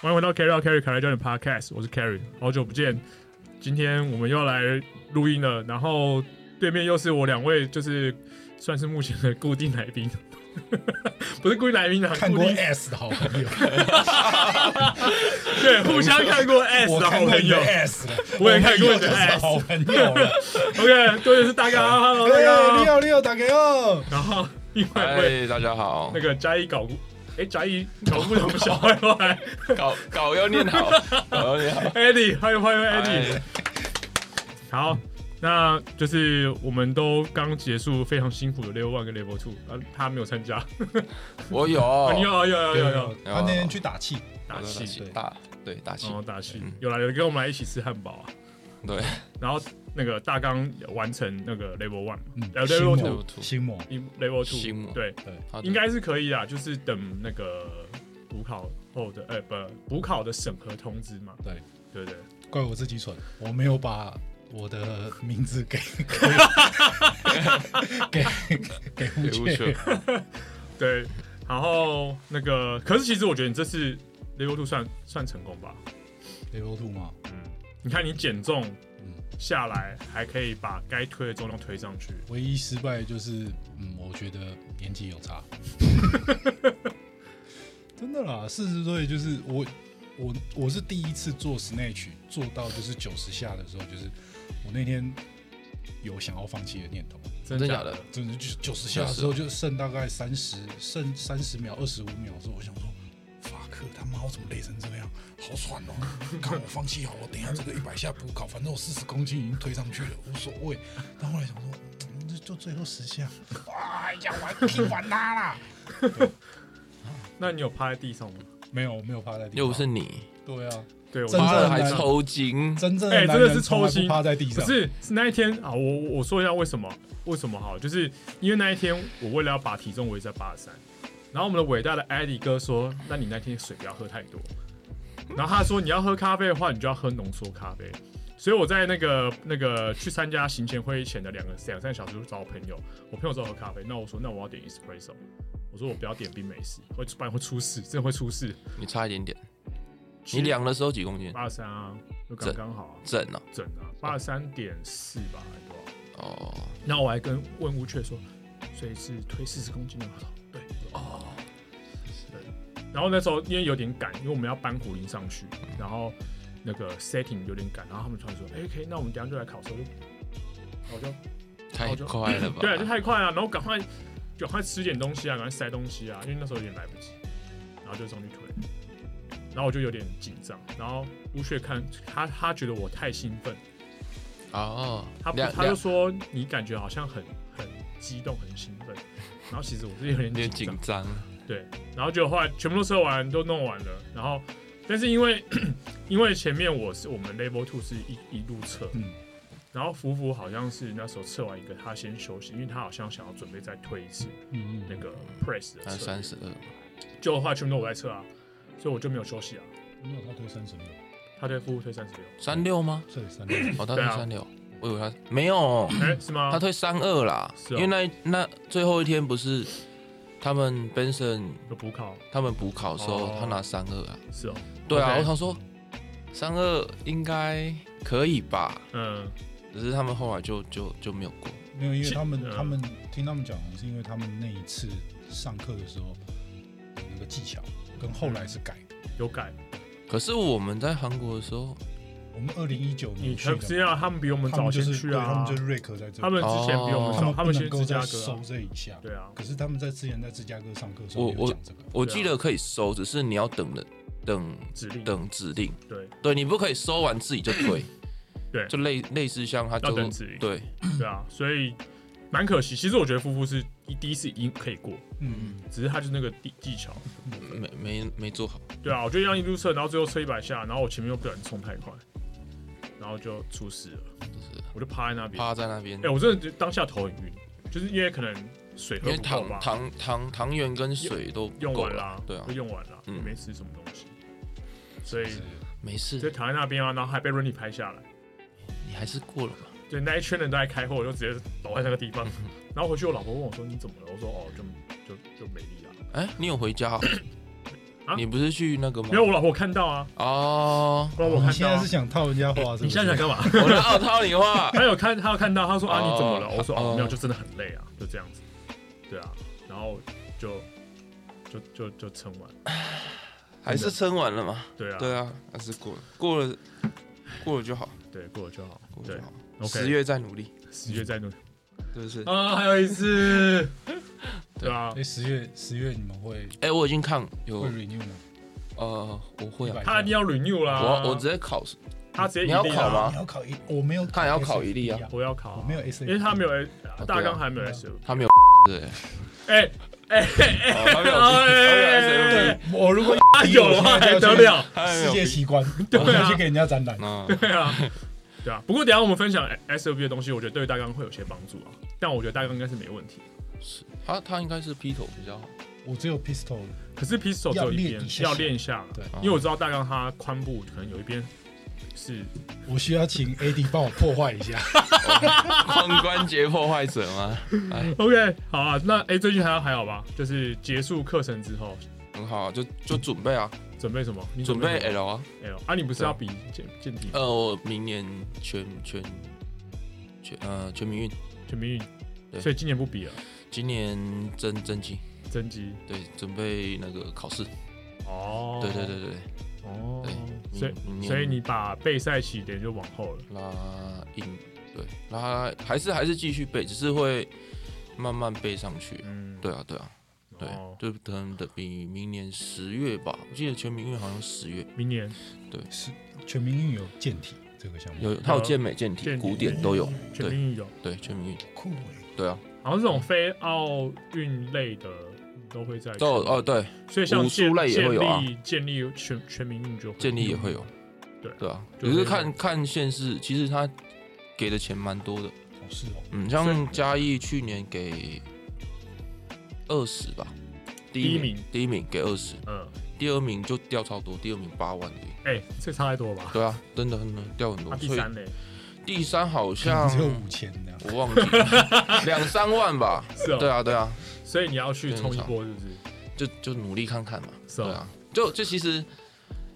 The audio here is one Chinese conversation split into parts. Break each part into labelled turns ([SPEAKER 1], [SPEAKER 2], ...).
[SPEAKER 1] 欢迎回到 Carry Out Carry 凯瑞教练 Podcast，我是 Carry，好久不见。今天我们又来录音了，然后对面又是我两位，就是算是目前的固定来宾， 不是固定来宾啊，
[SPEAKER 2] 看
[SPEAKER 1] 固
[SPEAKER 2] 过
[SPEAKER 1] 定
[SPEAKER 2] S 的好朋友，
[SPEAKER 1] 对互相看过 S
[SPEAKER 2] 我
[SPEAKER 1] 的好
[SPEAKER 2] 看过
[SPEAKER 1] 朋
[SPEAKER 2] 你
[SPEAKER 1] 友
[SPEAKER 2] 的。S，了
[SPEAKER 1] 我也看过你的
[SPEAKER 2] 我们有
[SPEAKER 1] S
[SPEAKER 2] 好朋友了。
[SPEAKER 1] OK，对，是大家，Hello 大
[SPEAKER 2] 哎，你
[SPEAKER 1] 家。
[SPEAKER 2] 好，你好，大家好。
[SPEAKER 1] 然后另外一位
[SPEAKER 3] 嗨，哎大家好
[SPEAKER 1] 那。个嘉义搞固，哎，嘉义搞固的小 哎坏坏
[SPEAKER 3] 搞搞要念好， 搞要念好。
[SPEAKER 1] Eddie，欢迎欢迎 Eddie。
[SPEAKER 3] 哎
[SPEAKER 1] 好，那就是我们都刚结束非常辛苦的 Level One 跟 Level Two，啊，他没有参加，
[SPEAKER 3] 我有，
[SPEAKER 1] 啊，你有啊有啊有啊有啊
[SPEAKER 2] 他那天去打气，
[SPEAKER 1] 打气，哦
[SPEAKER 3] 大对大气
[SPEAKER 1] 然，后打气
[SPEAKER 3] 嗯，
[SPEAKER 1] 有来有跟我们来一起吃汉堡啊，
[SPEAKER 3] 对，
[SPEAKER 1] 然后那个大纲完成那个 Level One，
[SPEAKER 2] 嗯
[SPEAKER 1] 呃，
[SPEAKER 2] 心
[SPEAKER 1] Level
[SPEAKER 2] 魔
[SPEAKER 1] Two，
[SPEAKER 2] 心魔，
[SPEAKER 1] 一 Level
[SPEAKER 3] 心魔
[SPEAKER 1] Two，对，
[SPEAKER 3] 好的
[SPEAKER 1] 应该是可以啊，就是等那个补考后的，呃，不，补考的审核通知嘛，
[SPEAKER 2] 对，
[SPEAKER 1] 对不对？
[SPEAKER 2] 怪我自己蠢，我没有把我的名字给 给给给
[SPEAKER 3] 给
[SPEAKER 2] 吴
[SPEAKER 3] 吴
[SPEAKER 2] 雀
[SPEAKER 3] 雀。
[SPEAKER 1] 对，然后那个，可是其实我觉得你这次 Level Two 算算成功吧，
[SPEAKER 2] Level Two 吗？
[SPEAKER 1] 嗯，你看你减重
[SPEAKER 2] 嗯
[SPEAKER 1] 下来，还可以把该推的重量推上去，
[SPEAKER 2] 唯一失败就是，嗯，我觉得年纪有差， 真的啦，四十岁就是我，我我是第一次做 snatch 做到就是九十下的时候，就是我那天有想要放弃的念头，
[SPEAKER 1] 真
[SPEAKER 3] 真假的？
[SPEAKER 2] 真的就是九十下的时候就剩大概三十，剩三十秒、二十五秒的时候，我想说。法克他妈，我怎么累成这样？好喘哦！看我放弃好了，等一下这个一百下补考，反正我四十公斤已经推上去了，无所谓。但后来想说，嗯、就就最后十下，哎呀，我还踢完他啦！
[SPEAKER 1] 那你有趴在地上吗？
[SPEAKER 2] 没有，我没有趴在地上。
[SPEAKER 3] 又是你，
[SPEAKER 2] 对啊，
[SPEAKER 1] 对，我
[SPEAKER 2] 真
[SPEAKER 3] 妈
[SPEAKER 1] 趴
[SPEAKER 2] 正
[SPEAKER 3] 的
[SPEAKER 1] 在
[SPEAKER 3] 还
[SPEAKER 1] 地上
[SPEAKER 3] 抽筋，
[SPEAKER 2] 真正
[SPEAKER 1] 哎
[SPEAKER 2] 男
[SPEAKER 1] 真的
[SPEAKER 2] 人
[SPEAKER 1] 是
[SPEAKER 2] 从来
[SPEAKER 1] 抽
[SPEAKER 2] 不
[SPEAKER 1] 筋
[SPEAKER 2] 趴在地
[SPEAKER 1] 不
[SPEAKER 2] 上，
[SPEAKER 1] 是是那一天啊，我我我说一下为什么为什么好，就是因为那一天我为了要把体重维持在八十三，然后我们的伟大的艾迪哥说，那你那天水不要喝太多，然后他说你要喝咖啡的话，你就要喝浓缩咖啡。所以我在那个那个去参加行前会议前的两个两三小时，就找我朋友，我朋友说喝咖啡，那我说那我要点 espresso，我说我不要点冰美式，会不然会出事，真的会出事。
[SPEAKER 3] 你差一点点。你量的时候几公斤？
[SPEAKER 1] 八十三啊，就刚刚好啊，
[SPEAKER 3] 整哦，
[SPEAKER 1] 整啊，八十三点四吧，还多少？
[SPEAKER 3] 哦，
[SPEAKER 1] 然后我还跟问吴雀说，所以是推四十公斤的吗？他说对，哦，对。然后那时候因为有点赶，因为我们要搬虎林上去，然后那个 setting 有点赶，然后他们突然说，哎、可以，那我们等一下就来考车，我就然后
[SPEAKER 3] 太快了
[SPEAKER 1] 我
[SPEAKER 3] 吧？
[SPEAKER 1] 就对，就太快了，然后赶快赶快吃点东西啊，赶快塞东西啊，因为那时候有点来不及，然后就上去推，然后我就有点紧张，然后吴雀看他他觉得我太兴奋，
[SPEAKER 3] 哦，
[SPEAKER 1] 他不
[SPEAKER 3] 量
[SPEAKER 1] 他就
[SPEAKER 3] 量
[SPEAKER 1] 说你感觉好像很很激动、很兴奋，然后其实我是有点
[SPEAKER 3] 有点
[SPEAKER 1] 紧
[SPEAKER 3] 紧
[SPEAKER 1] 张，
[SPEAKER 3] 张，
[SPEAKER 1] 对，然后就后来全部都测完，都弄完了，然后但是因为 因为前面我是我们 Level Two 是一一路测，
[SPEAKER 2] 嗯
[SPEAKER 1] 然后福福好像是那时候测完一个，他先休息，因为他好像想要准备再推一次
[SPEAKER 2] 嗯
[SPEAKER 1] 那个 Press 的
[SPEAKER 3] 他
[SPEAKER 1] 测，
[SPEAKER 3] 三十二，
[SPEAKER 1] 就的话全部都我在测啊，所以我就没有休息啊，
[SPEAKER 2] 嗯没有，他推三十秒，
[SPEAKER 1] 他对福福推三十六，
[SPEAKER 3] 三六吗？
[SPEAKER 2] 这里三秒，
[SPEAKER 3] 哦，他
[SPEAKER 1] 对
[SPEAKER 3] 推
[SPEAKER 1] 啊
[SPEAKER 3] 三六，我以为他没有，
[SPEAKER 1] 哎、是吗？
[SPEAKER 3] 他推三二啦，
[SPEAKER 1] 是哦
[SPEAKER 3] 因为那一那最后一天不是他们 Benson
[SPEAKER 1] 有补考
[SPEAKER 3] 他们补考的时候
[SPEAKER 1] 哦，
[SPEAKER 3] 他拿三二啊。
[SPEAKER 1] 是哦，
[SPEAKER 3] 对啊，
[SPEAKER 1] OK
[SPEAKER 3] 我想说三二应该可以吧，
[SPEAKER 1] 嗯，
[SPEAKER 3] 只是他们后来就就就没有过。
[SPEAKER 2] 没有，因为他们
[SPEAKER 1] 嗯
[SPEAKER 2] 他们听他们讲，是因为他们那一次上课的时候的那个技巧跟后来是改的。
[SPEAKER 1] 有改。
[SPEAKER 3] 可是我们在韩国的时候，
[SPEAKER 2] 我们二零一九
[SPEAKER 1] 你
[SPEAKER 2] 年去
[SPEAKER 1] 才
[SPEAKER 2] 的
[SPEAKER 1] 不
[SPEAKER 2] 嘛，
[SPEAKER 1] 知道他们比我们
[SPEAKER 2] 他
[SPEAKER 1] 早
[SPEAKER 2] 们
[SPEAKER 1] 先
[SPEAKER 2] 就是
[SPEAKER 1] 去
[SPEAKER 2] 对他
[SPEAKER 1] 啊
[SPEAKER 2] 们，就是瑞克在这里，
[SPEAKER 1] 他们之前比我们
[SPEAKER 3] 哦
[SPEAKER 1] 早，
[SPEAKER 2] 他
[SPEAKER 1] 他们
[SPEAKER 2] 们不
[SPEAKER 1] 先
[SPEAKER 2] 能够
[SPEAKER 1] 芝加
[SPEAKER 2] 再
[SPEAKER 1] 哥
[SPEAKER 2] 收
[SPEAKER 1] 啊，
[SPEAKER 2] 这一下。
[SPEAKER 1] 对啊，
[SPEAKER 2] 可是他们在之前在芝加哥上课的时候
[SPEAKER 3] 我
[SPEAKER 2] 没有讲这个，
[SPEAKER 3] 我记得可以收，只是你要等的等
[SPEAKER 1] 指令
[SPEAKER 3] 等指令，
[SPEAKER 1] 对，
[SPEAKER 3] 对你不可以收完自己就推
[SPEAKER 1] 对
[SPEAKER 3] 就类类似像他
[SPEAKER 1] 要
[SPEAKER 3] 就
[SPEAKER 1] 等指令，
[SPEAKER 3] 对，
[SPEAKER 1] 对啊，所以蛮可惜。其实我觉得夫妇是一第一次已经可以过，
[SPEAKER 2] 嗯，
[SPEAKER 1] 只是他就是那个技技巧，
[SPEAKER 3] 没没没做好，
[SPEAKER 1] 对啊，我就这样一路测，然后最后测一百下，然后我前面又不小心冲太快，然后就出事了，
[SPEAKER 3] 就是
[SPEAKER 1] 我就趴在那边，
[SPEAKER 3] 趴在那边
[SPEAKER 1] 哎，，我真的觉得当下头很晕，就是因为可能水
[SPEAKER 3] 因
[SPEAKER 1] 喝
[SPEAKER 3] 为
[SPEAKER 1] 不够
[SPEAKER 3] 糖
[SPEAKER 1] 吧，
[SPEAKER 3] 糖糖糖圆跟水都不
[SPEAKER 1] 用
[SPEAKER 3] 够
[SPEAKER 1] 完
[SPEAKER 3] 了，对啊
[SPEAKER 1] 就，用完了，
[SPEAKER 3] 嗯
[SPEAKER 1] 也没吃什么东西，所以
[SPEAKER 2] 是
[SPEAKER 3] 没
[SPEAKER 1] 就
[SPEAKER 3] 事，
[SPEAKER 1] 躺在那边啊，然后还被 Runny 拍下来。
[SPEAKER 3] 你还是过了嘛，
[SPEAKER 1] 对，那一圈人都在开会，我就直接倒在那个地方。然后回去，我老婆问我说：“你怎么了？”我说：“哦，就就就没力了。
[SPEAKER 3] 哎，你有回家哦？”
[SPEAKER 1] 啊
[SPEAKER 3] 你不是去那个吗
[SPEAKER 1] 没？有，我老婆看到啊，
[SPEAKER 3] 哦，
[SPEAKER 1] 我老婆
[SPEAKER 2] 你
[SPEAKER 1] 看
[SPEAKER 2] 现
[SPEAKER 1] 到、
[SPEAKER 2] 在
[SPEAKER 1] 啊
[SPEAKER 2] 是。想套人家话是不是？
[SPEAKER 1] 你现在想干 嘛？
[SPEAKER 3] 我的澳套你话，
[SPEAKER 1] 他有看，他有看到，他说啊
[SPEAKER 3] 哦
[SPEAKER 1] 你怎么了？我说
[SPEAKER 3] 哦
[SPEAKER 1] 哦没有，就真的很累啊，就这样子，对啊，然后就就就就撑完，
[SPEAKER 3] 还是撑完了嘛？
[SPEAKER 1] 对啊，
[SPEAKER 3] 对啊，还是过了，过了，过了就好，
[SPEAKER 1] 对，过了就好
[SPEAKER 3] 过，了
[SPEAKER 1] 对
[SPEAKER 3] 就好。
[SPEAKER 1] ，OK，
[SPEAKER 3] 十月再努力，
[SPEAKER 1] 十月再努力
[SPEAKER 3] 是不是？
[SPEAKER 1] 啊，还有一 次，对啊，
[SPEAKER 4] 哎，十月十月你们会
[SPEAKER 3] 哎，我已经看有
[SPEAKER 4] 会 renew 吗？
[SPEAKER 3] 呃，我会啊，
[SPEAKER 1] 嗯他一定啊要 renew 啦，
[SPEAKER 3] 我我直接考，
[SPEAKER 1] 他直接
[SPEAKER 3] 你要
[SPEAKER 1] 一定
[SPEAKER 3] 考
[SPEAKER 1] 啊
[SPEAKER 3] 吗
[SPEAKER 2] 你要考一，我没有，
[SPEAKER 3] 他也要考一例啊，
[SPEAKER 1] 我要考
[SPEAKER 2] 我
[SPEAKER 1] 啊，
[SPEAKER 2] 没有 S，
[SPEAKER 1] 因为他没有 S，
[SPEAKER 3] 啊
[SPEAKER 1] 大纲还没有 S，
[SPEAKER 3] 他 没有对，
[SPEAKER 1] 哎哎
[SPEAKER 3] 哦他没有
[SPEAKER 1] 哎
[SPEAKER 3] 他
[SPEAKER 1] 哎，
[SPEAKER 2] 我如果
[SPEAKER 1] 他 有的话还得了？
[SPEAKER 3] 没有
[SPEAKER 2] 世
[SPEAKER 3] B，
[SPEAKER 2] 界奇观，
[SPEAKER 1] 对啊
[SPEAKER 2] 我可以去给人家展览。
[SPEAKER 3] 嗯，
[SPEAKER 1] 对啊，对啊。不过等一下我们分享 S O B 的东西，我觉得对大纲会有些帮助啊。但我觉得大纲应该是没问题。
[SPEAKER 3] 他啊他应该是劈头 比较好，
[SPEAKER 2] 我只有 pistol，
[SPEAKER 1] 可是 pistol 只有一边
[SPEAKER 2] 要练一下
[SPEAKER 1] 要练一下啦，
[SPEAKER 2] 对
[SPEAKER 1] 因为我知道大纲它髋部可能有一边是
[SPEAKER 2] 我需要请 AD 帮我破坏一下。
[SPEAKER 3] 髋关节破坏者吗？哎，
[SPEAKER 1] OK 好啊。那哎、诶最近还好还好吧？就是结束课程之后
[SPEAKER 3] 很好啊，就就准备啊，
[SPEAKER 1] 准备什么？你
[SPEAKER 3] 准备
[SPEAKER 1] 什么
[SPEAKER 3] L 啊，
[SPEAKER 1] L 啊？你不是要比健健体
[SPEAKER 3] 呃，我明年全全全呃全民运，
[SPEAKER 1] 全民
[SPEAKER 3] 对
[SPEAKER 1] 运，所以今年不比了，
[SPEAKER 3] 今年增增肌，
[SPEAKER 1] 增肌
[SPEAKER 3] 对，准备那个考试，
[SPEAKER 1] 哦。
[SPEAKER 3] 对对对对，
[SPEAKER 1] 哦
[SPEAKER 3] 对。
[SPEAKER 1] 所以
[SPEAKER 3] 明明年
[SPEAKER 1] 所以你把备赛起点就往后了。
[SPEAKER 3] 拉硬，对，拉还是还是继续背，只是会慢慢背上去，
[SPEAKER 1] 嗯，
[SPEAKER 3] 对啊对啊。对
[SPEAKER 1] 哦，
[SPEAKER 3] 就可能等比明年十月吧，我记得全民运好像十月
[SPEAKER 1] 明年
[SPEAKER 2] 是全民运有健体这个项目，
[SPEAKER 3] 有，它有健美、健体、
[SPEAKER 1] 健体
[SPEAKER 3] 古典都有，
[SPEAKER 1] 全民运有。
[SPEAKER 3] 对，全民运，
[SPEAKER 2] 酷哎，
[SPEAKER 3] 对啊，
[SPEAKER 1] 好像这种非奥运类的都会在
[SPEAKER 3] 都有哦，对，
[SPEAKER 1] 所以像
[SPEAKER 3] 武术
[SPEAKER 1] 建
[SPEAKER 3] 类也会有啊
[SPEAKER 1] 建立建立全全民运就会
[SPEAKER 3] 健力也会有，
[SPEAKER 1] 对
[SPEAKER 3] 对啊，
[SPEAKER 1] 就
[SPEAKER 3] 只是
[SPEAKER 1] 是
[SPEAKER 3] 看看县市，其实他给的钱蛮多的，
[SPEAKER 2] 好是哦，
[SPEAKER 3] 嗯，
[SPEAKER 1] 所以
[SPEAKER 3] 像嘉义去年给二十吧，第
[SPEAKER 1] 第一
[SPEAKER 3] 名
[SPEAKER 1] 名，
[SPEAKER 3] 第一名给二十，
[SPEAKER 1] 嗯，
[SPEAKER 3] 第二名就掉超多，第二名八万而已
[SPEAKER 1] 哎、这差太多了吧？
[SPEAKER 3] 对啊，真的很多掉很
[SPEAKER 1] 啊，
[SPEAKER 3] 多，
[SPEAKER 1] 第
[SPEAKER 3] 所以
[SPEAKER 1] 三嘞，
[SPEAKER 3] 第三好
[SPEAKER 2] 可能
[SPEAKER 3] 像
[SPEAKER 2] 只有五千这样。
[SPEAKER 3] 我忘记 了两三万吧，
[SPEAKER 1] 是哦，
[SPEAKER 3] 对啊对啊，
[SPEAKER 1] 所以你要去冲一波，是不是？
[SPEAKER 3] 就就努力看看嘛，
[SPEAKER 1] 是
[SPEAKER 3] 对
[SPEAKER 1] 哦
[SPEAKER 3] 啊，就就其实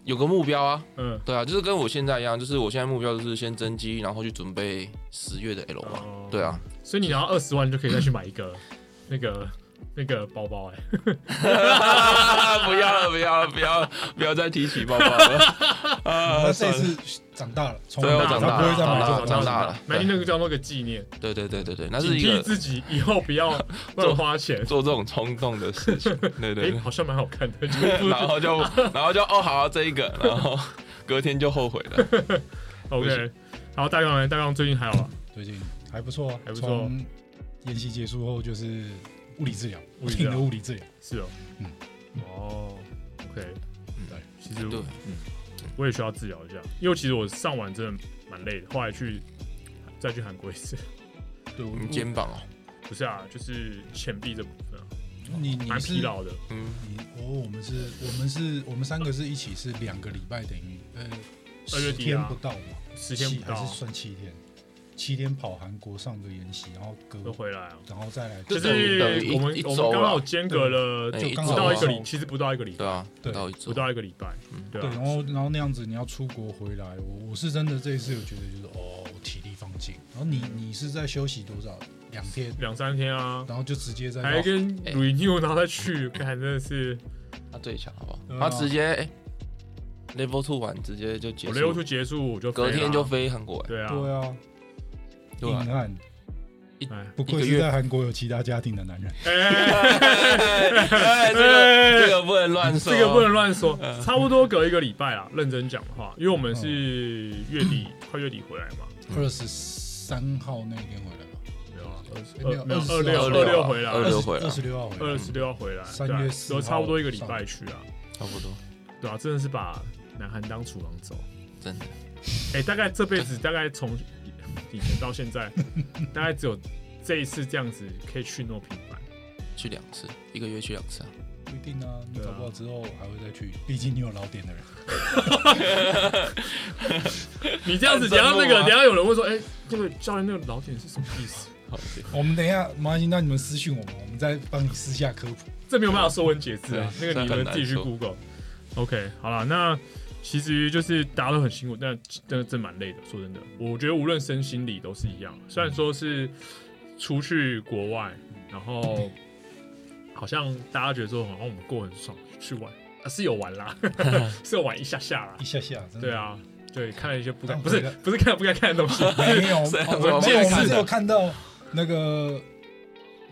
[SPEAKER 3] 有个目标啊，
[SPEAKER 1] 嗯，
[SPEAKER 3] 对啊，就是跟我现在一样，就是我现在目标就是先增肌，然后去准备十月的 L 嘛。
[SPEAKER 1] 哦
[SPEAKER 3] 对，啊，
[SPEAKER 1] 所以你拿到二十万就可以再去买一个 那个那个包包、哎，
[SPEAKER 3] 不要了，不要了，不要了，不要再提起包包了。
[SPEAKER 1] 呃
[SPEAKER 3] 啊
[SPEAKER 2] 那这一次长大了，从
[SPEAKER 3] 对我长大
[SPEAKER 2] 不
[SPEAKER 3] 了
[SPEAKER 2] 会再买
[SPEAKER 3] 长大
[SPEAKER 2] 这
[SPEAKER 3] 了
[SPEAKER 2] 种
[SPEAKER 3] 长
[SPEAKER 2] 东西
[SPEAKER 3] 大了
[SPEAKER 1] 买那个叫做个纪念，
[SPEAKER 3] 对对对对对，那
[SPEAKER 1] 警
[SPEAKER 3] 是一
[SPEAKER 1] 惕
[SPEAKER 3] 个
[SPEAKER 1] 自己以后不要 乱花钱。
[SPEAKER 3] 做这种冲动的事情。对
[SPEAKER 1] 哎、
[SPEAKER 3] 对
[SPEAKER 1] 好像蛮好看 的，就
[SPEAKER 3] 对，
[SPEAKER 1] 不
[SPEAKER 3] 然后就然后就哦好、这一个，然后隔天就后悔了。
[SPEAKER 1] OK。好，大纲来，大纲最近还有啊
[SPEAKER 2] 最近还不错啊，
[SPEAKER 1] 还不错
[SPEAKER 2] 从研习结束后就是物理治疗，
[SPEAKER 1] 物
[SPEAKER 2] 不
[SPEAKER 1] 理治疗
[SPEAKER 2] 停的物理治疗。
[SPEAKER 1] 是哦，
[SPEAKER 2] 嗯
[SPEAKER 1] 哦，OK，
[SPEAKER 3] 嗯
[SPEAKER 1] 对，其实
[SPEAKER 3] 对
[SPEAKER 1] 我我也需要治疗一下，因为其实我上完真的蛮累的，后来去再去韩国一次，
[SPEAKER 2] 对，我
[SPEAKER 3] 你肩膀哦，
[SPEAKER 1] 不是啊，就是前臂这部分啊，
[SPEAKER 2] 你你
[SPEAKER 1] 蛮
[SPEAKER 2] 是
[SPEAKER 1] 疲劳的，
[SPEAKER 3] 嗯，
[SPEAKER 2] 你哦我我们是我们是我们三个是一起是两个礼拜等于呃
[SPEAKER 1] 哎二月
[SPEAKER 2] 十
[SPEAKER 1] 底
[SPEAKER 2] 天
[SPEAKER 1] 啊
[SPEAKER 2] 不到嘛，
[SPEAKER 1] 时间
[SPEAKER 2] 七
[SPEAKER 1] 不到啊
[SPEAKER 2] 还是算七天，七天跑韩国上个研习，然后隔
[SPEAKER 1] 都回来啊。
[SPEAKER 2] 然后再来
[SPEAKER 1] 就
[SPEAKER 3] 等于等
[SPEAKER 1] 是
[SPEAKER 3] 于一
[SPEAKER 1] 我们
[SPEAKER 3] 一
[SPEAKER 1] 我
[SPEAKER 3] 周
[SPEAKER 1] 们
[SPEAKER 3] 了
[SPEAKER 1] 刚好间隔了
[SPEAKER 3] 对哎
[SPEAKER 1] 就
[SPEAKER 3] 一
[SPEAKER 1] 不
[SPEAKER 3] 周
[SPEAKER 1] 到一个
[SPEAKER 2] 啊
[SPEAKER 1] 礼，其实不到一个礼
[SPEAKER 3] 对
[SPEAKER 1] 拜，
[SPEAKER 3] 啊，不
[SPEAKER 2] 对
[SPEAKER 3] 到一周
[SPEAKER 1] 不，到一个礼拜
[SPEAKER 3] 嗯，
[SPEAKER 1] 对
[SPEAKER 2] 对，
[SPEAKER 1] 啊，
[SPEAKER 2] 然后然后那样子你要出国回来，我我是真的这一次有觉得就是哦体力放尽，然后你你是在休息多少两天，
[SPEAKER 1] 两三天啊，
[SPEAKER 2] 然后就直接在
[SPEAKER 1] 还跟
[SPEAKER 3] 哎
[SPEAKER 1] renew 然后再去，看真的是
[SPEAKER 3] 他最强好不好？
[SPEAKER 2] 对啊
[SPEAKER 3] 他直接、哎 level two 完直接就结
[SPEAKER 1] 我
[SPEAKER 3] 束
[SPEAKER 1] level
[SPEAKER 3] 了，
[SPEAKER 1] two 结束我就
[SPEAKER 3] 隔
[SPEAKER 1] 飞
[SPEAKER 3] 天
[SPEAKER 1] 啦
[SPEAKER 3] 就飞韩国、哎
[SPEAKER 1] 对啊，嗯
[SPEAKER 2] 对啊，
[SPEAKER 3] 对啊
[SPEAKER 2] 硬
[SPEAKER 3] 吧、
[SPEAKER 2] 汉
[SPEAKER 1] 哎
[SPEAKER 2] 不愧
[SPEAKER 3] 一个月
[SPEAKER 2] 是在韩国有其他家庭的男人，
[SPEAKER 1] 哎。
[SPEAKER 3] 哎，这个这个不能乱说，
[SPEAKER 1] 这个不能乱说，
[SPEAKER 3] 嗯
[SPEAKER 1] 差不多隔一个礼拜啦。认真讲的话，因为我们是
[SPEAKER 3] 嗯
[SPEAKER 1] 月 底，快月底回来嘛，
[SPEAKER 2] 二十三号那一天回来吧，
[SPEAKER 1] 对吧？
[SPEAKER 2] 哎没有
[SPEAKER 1] 二没有二六
[SPEAKER 2] 26啊
[SPEAKER 1] 二六回来，
[SPEAKER 3] 二六回来
[SPEAKER 2] 二十六号回来
[SPEAKER 1] 二，十六要回来，
[SPEAKER 2] 三
[SPEAKER 1] 对啊
[SPEAKER 2] 月，四
[SPEAKER 1] 所以
[SPEAKER 2] 号
[SPEAKER 1] 差不多一个礼拜去啊，
[SPEAKER 3] 差不多，
[SPEAKER 1] 对啊，真的是把南韩当厨房走。
[SPEAKER 3] 真的
[SPEAKER 1] 哎，大概这辈子，大概从以前到现 在，大概只有这一次这样子可以去那么频繁。
[SPEAKER 3] 去两次，一个月去两次啊。
[SPEAKER 2] 不一定啊，你
[SPEAKER 1] 对啊
[SPEAKER 2] 搞不好之后还会再去，毕竟你有老点的人。
[SPEAKER 1] 你这样子，等一下那
[SPEAKER 3] 很
[SPEAKER 1] 个，
[SPEAKER 3] 正路啊
[SPEAKER 1] 等一下有人会说，哎，那个教练那个老点是什么意思？
[SPEAKER 3] 好，
[SPEAKER 2] 我们等一下，没关系，那你们私信我们，我们再帮你私下科普。
[SPEAKER 1] 这没有办法说文解字啊，那
[SPEAKER 3] 对
[SPEAKER 1] 个你
[SPEAKER 3] 这很
[SPEAKER 1] 们
[SPEAKER 3] 难
[SPEAKER 1] 自己去
[SPEAKER 3] 说
[SPEAKER 1] Google。 OK，好了，那其实就是大家都很辛苦，但真的真蛮累的。说真的，我觉得无论身心理都是一样。虽然说是出去国外，然后好像大家觉得说哦好像我们过很爽，去玩啊是有玩 啦，是有玩一下下啦
[SPEAKER 2] 一。下下，真的
[SPEAKER 1] 对，啊，对，看了一些不该
[SPEAKER 2] 但
[SPEAKER 1] 不是
[SPEAKER 2] 回来
[SPEAKER 1] 不是看了不该看的东西。
[SPEAKER 2] 没有，
[SPEAKER 3] 谁
[SPEAKER 2] 哦
[SPEAKER 3] 怎么
[SPEAKER 2] 我记得
[SPEAKER 1] 没
[SPEAKER 2] 我
[SPEAKER 1] 看
[SPEAKER 2] 们只
[SPEAKER 3] 的
[SPEAKER 2] 有看到那个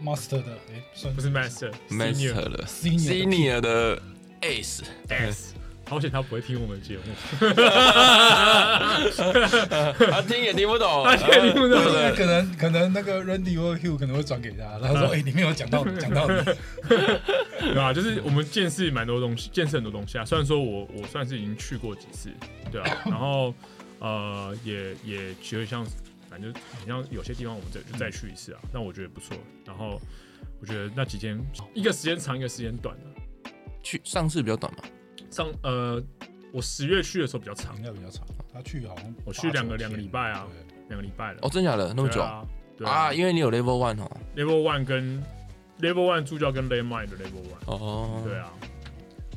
[SPEAKER 2] master 的，哎，算
[SPEAKER 1] 不是 master senior
[SPEAKER 3] master 了
[SPEAKER 2] senior 的
[SPEAKER 3] senior 的 ace，
[SPEAKER 1] S，好险他不会听我们的节 目。
[SPEAKER 3] 他啊听也听不懂，
[SPEAKER 1] 他听也听不懂
[SPEAKER 3] 啊对
[SPEAKER 2] 那
[SPEAKER 3] 对对
[SPEAKER 2] 可能可能那个 Randy 或 Hugh 可能会转给他，然后说：“哎、里面有讲到你，讲到你。
[SPEAKER 1] 对啊，就是我们见识蛮多东西，见识很多东西啊。虽然说我我算是已经去过几次，对啊，然后呃也也其实像反正就好像有些地方我们再就
[SPEAKER 3] 嗯
[SPEAKER 1] 再去一次啊，但我觉得不错。然后我觉得那几天一个时间长一个时间短的，
[SPEAKER 3] 去上次比较短嘛，
[SPEAKER 1] 上呃我十月去的时候比较”长
[SPEAKER 2] 应，该比较长，他去好像
[SPEAKER 1] 我去两个
[SPEAKER 2] 八九天
[SPEAKER 1] 两个礼拜啊
[SPEAKER 2] 对
[SPEAKER 1] 两个礼拜了。
[SPEAKER 3] 哦，真假的那么
[SPEAKER 1] 对
[SPEAKER 3] 久
[SPEAKER 1] 啊？对啊
[SPEAKER 3] 啊？因为你有 level one 哦，
[SPEAKER 1] ，Level One 跟 Level One 助教跟 Lay Mine 的 Level One，
[SPEAKER 3] 哦，
[SPEAKER 1] 对啊，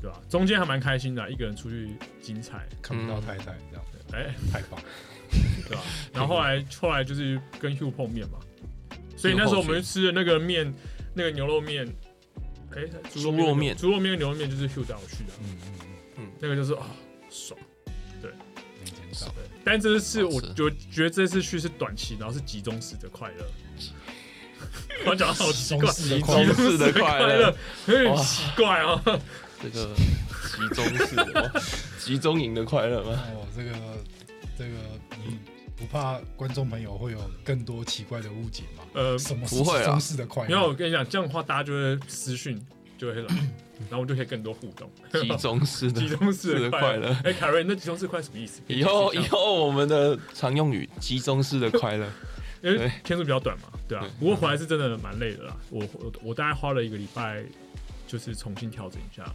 [SPEAKER 1] 对啊，中间还蛮开心的啊、一个人出去精彩，
[SPEAKER 2] 看不到太太这样，
[SPEAKER 1] 哎、
[SPEAKER 2] 太棒。
[SPEAKER 1] 对吧、然后后来后来就是跟 Hugh 碰面嘛，所以那时候我们去吃的那个面，那个牛肉面，哎、
[SPEAKER 3] 猪肉面
[SPEAKER 1] 猪肉面跟牛肉面就是 Hugh 带我去的，
[SPEAKER 2] 嗯嗯嗯，
[SPEAKER 1] 那个就是啊、爽。
[SPEAKER 2] 没天到。
[SPEAKER 1] 对，但这次我
[SPEAKER 3] 好吃
[SPEAKER 1] 就觉得这次去是短期，然后是集中式的快乐。我讲得好奇怪，
[SPEAKER 2] 集中式的
[SPEAKER 1] 集
[SPEAKER 2] 快乐
[SPEAKER 1] 中式的快乐有点奇怪啊。
[SPEAKER 3] 这个集中式的 哇集中营的快乐吗？
[SPEAKER 2] 哦，这个这个，你不怕观众朋友会有更多奇怪的误解吗？
[SPEAKER 1] 呃，
[SPEAKER 2] 什么是
[SPEAKER 3] 不会啊
[SPEAKER 2] 中式的快
[SPEAKER 1] 没有，
[SPEAKER 2] 乐
[SPEAKER 1] 我？跟你讲，这样的话大家就会私讯就会来，然后我们就可以更多互动。
[SPEAKER 3] 啊集中式的
[SPEAKER 1] 集中式的快
[SPEAKER 3] 快
[SPEAKER 1] 乐
[SPEAKER 3] 乐。。
[SPEAKER 1] 哎，凯瑞，那集中式快乐什么意思？
[SPEAKER 3] 以后
[SPEAKER 1] 可以
[SPEAKER 3] 以
[SPEAKER 1] 解释一下吗
[SPEAKER 3] 后我们的常用语集中式的快乐，
[SPEAKER 1] 因为
[SPEAKER 3] 对
[SPEAKER 1] 天数比较短嘛，对啊
[SPEAKER 3] 对。
[SPEAKER 1] 不过回来是真的蛮累的啦，我我我大概花了一个礼拜，就是重新调整一下，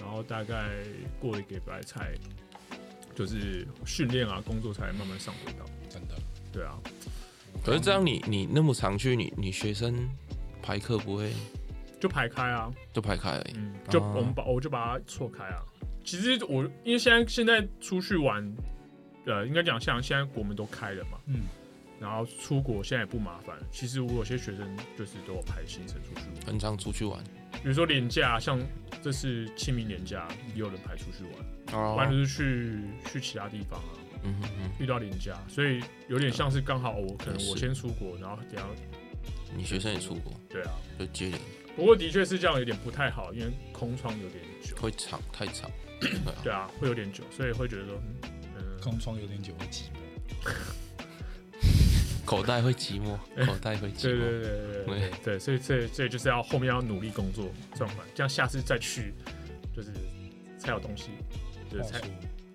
[SPEAKER 1] 然后大概过了一个礼拜才，就是训练啊，工作才慢慢上轨道。
[SPEAKER 2] 真的，
[SPEAKER 1] 对啊，
[SPEAKER 3] 可是这样你你那么常去，你你学生排课不会
[SPEAKER 1] 就排开啊，
[SPEAKER 3] 就排开而已。
[SPEAKER 1] 嗯，就
[SPEAKER 3] 哦
[SPEAKER 1] 我们把我就把它错开啊。其实我因为现在现在出去玩，呃，应该讲像现在国门都开了嘛，
[SPEAKER 2] 嗯，
[SPEAKER 1] 然后出国现在也不麻烦。其实我有些学生就是都有排行程出去玩，
[SPEAKER 3] 很常出去玩
[SPEAKER 1] 比如说年假，像这次清明年假也有人排出去玩，不然就是
[SPEAKER 3] 哦，
[SPEAKER 1] 去去其他地方啊。
[SPEAKER 3] 嗯哼嗯，
[SPEAKER 1] 遇到年假，所以有点像是刚好我可能
[SPEAKER 3] 也
[SPEAKER 1] 我
[SPEAKER 3] 是
[SPEAKER 1] 先出国，然后等下
[SPEAKER 3] 你学生也出国，
[SPEAKER 1] 对啊。
[SPEAKER 3] 就接连
[SPEAKER 1] 不过的确是这样，有点不太好，因为空窗有点久，
[SPEAKER 3] 会长太长，对啊
[SPEAKER 1] 对啊，会有点久，所以会觉得说，嗯，呃
[SPEAKER 2] 空窗有点久会寂寞。
[SPEAKER 3] 口袋会寂寞，口袋会寂
[SPEAKER 1] 对对
[SPEAKER 3] 寞。
[SPEAKER 1] 对对对对对，所以所以所以就是要后面要努力工作赚款，这样下次再去就是才有东西，哦就是
[SPEAKER 2] 话
[SPEAKER 1] 才
[SPEAKER 2] 说，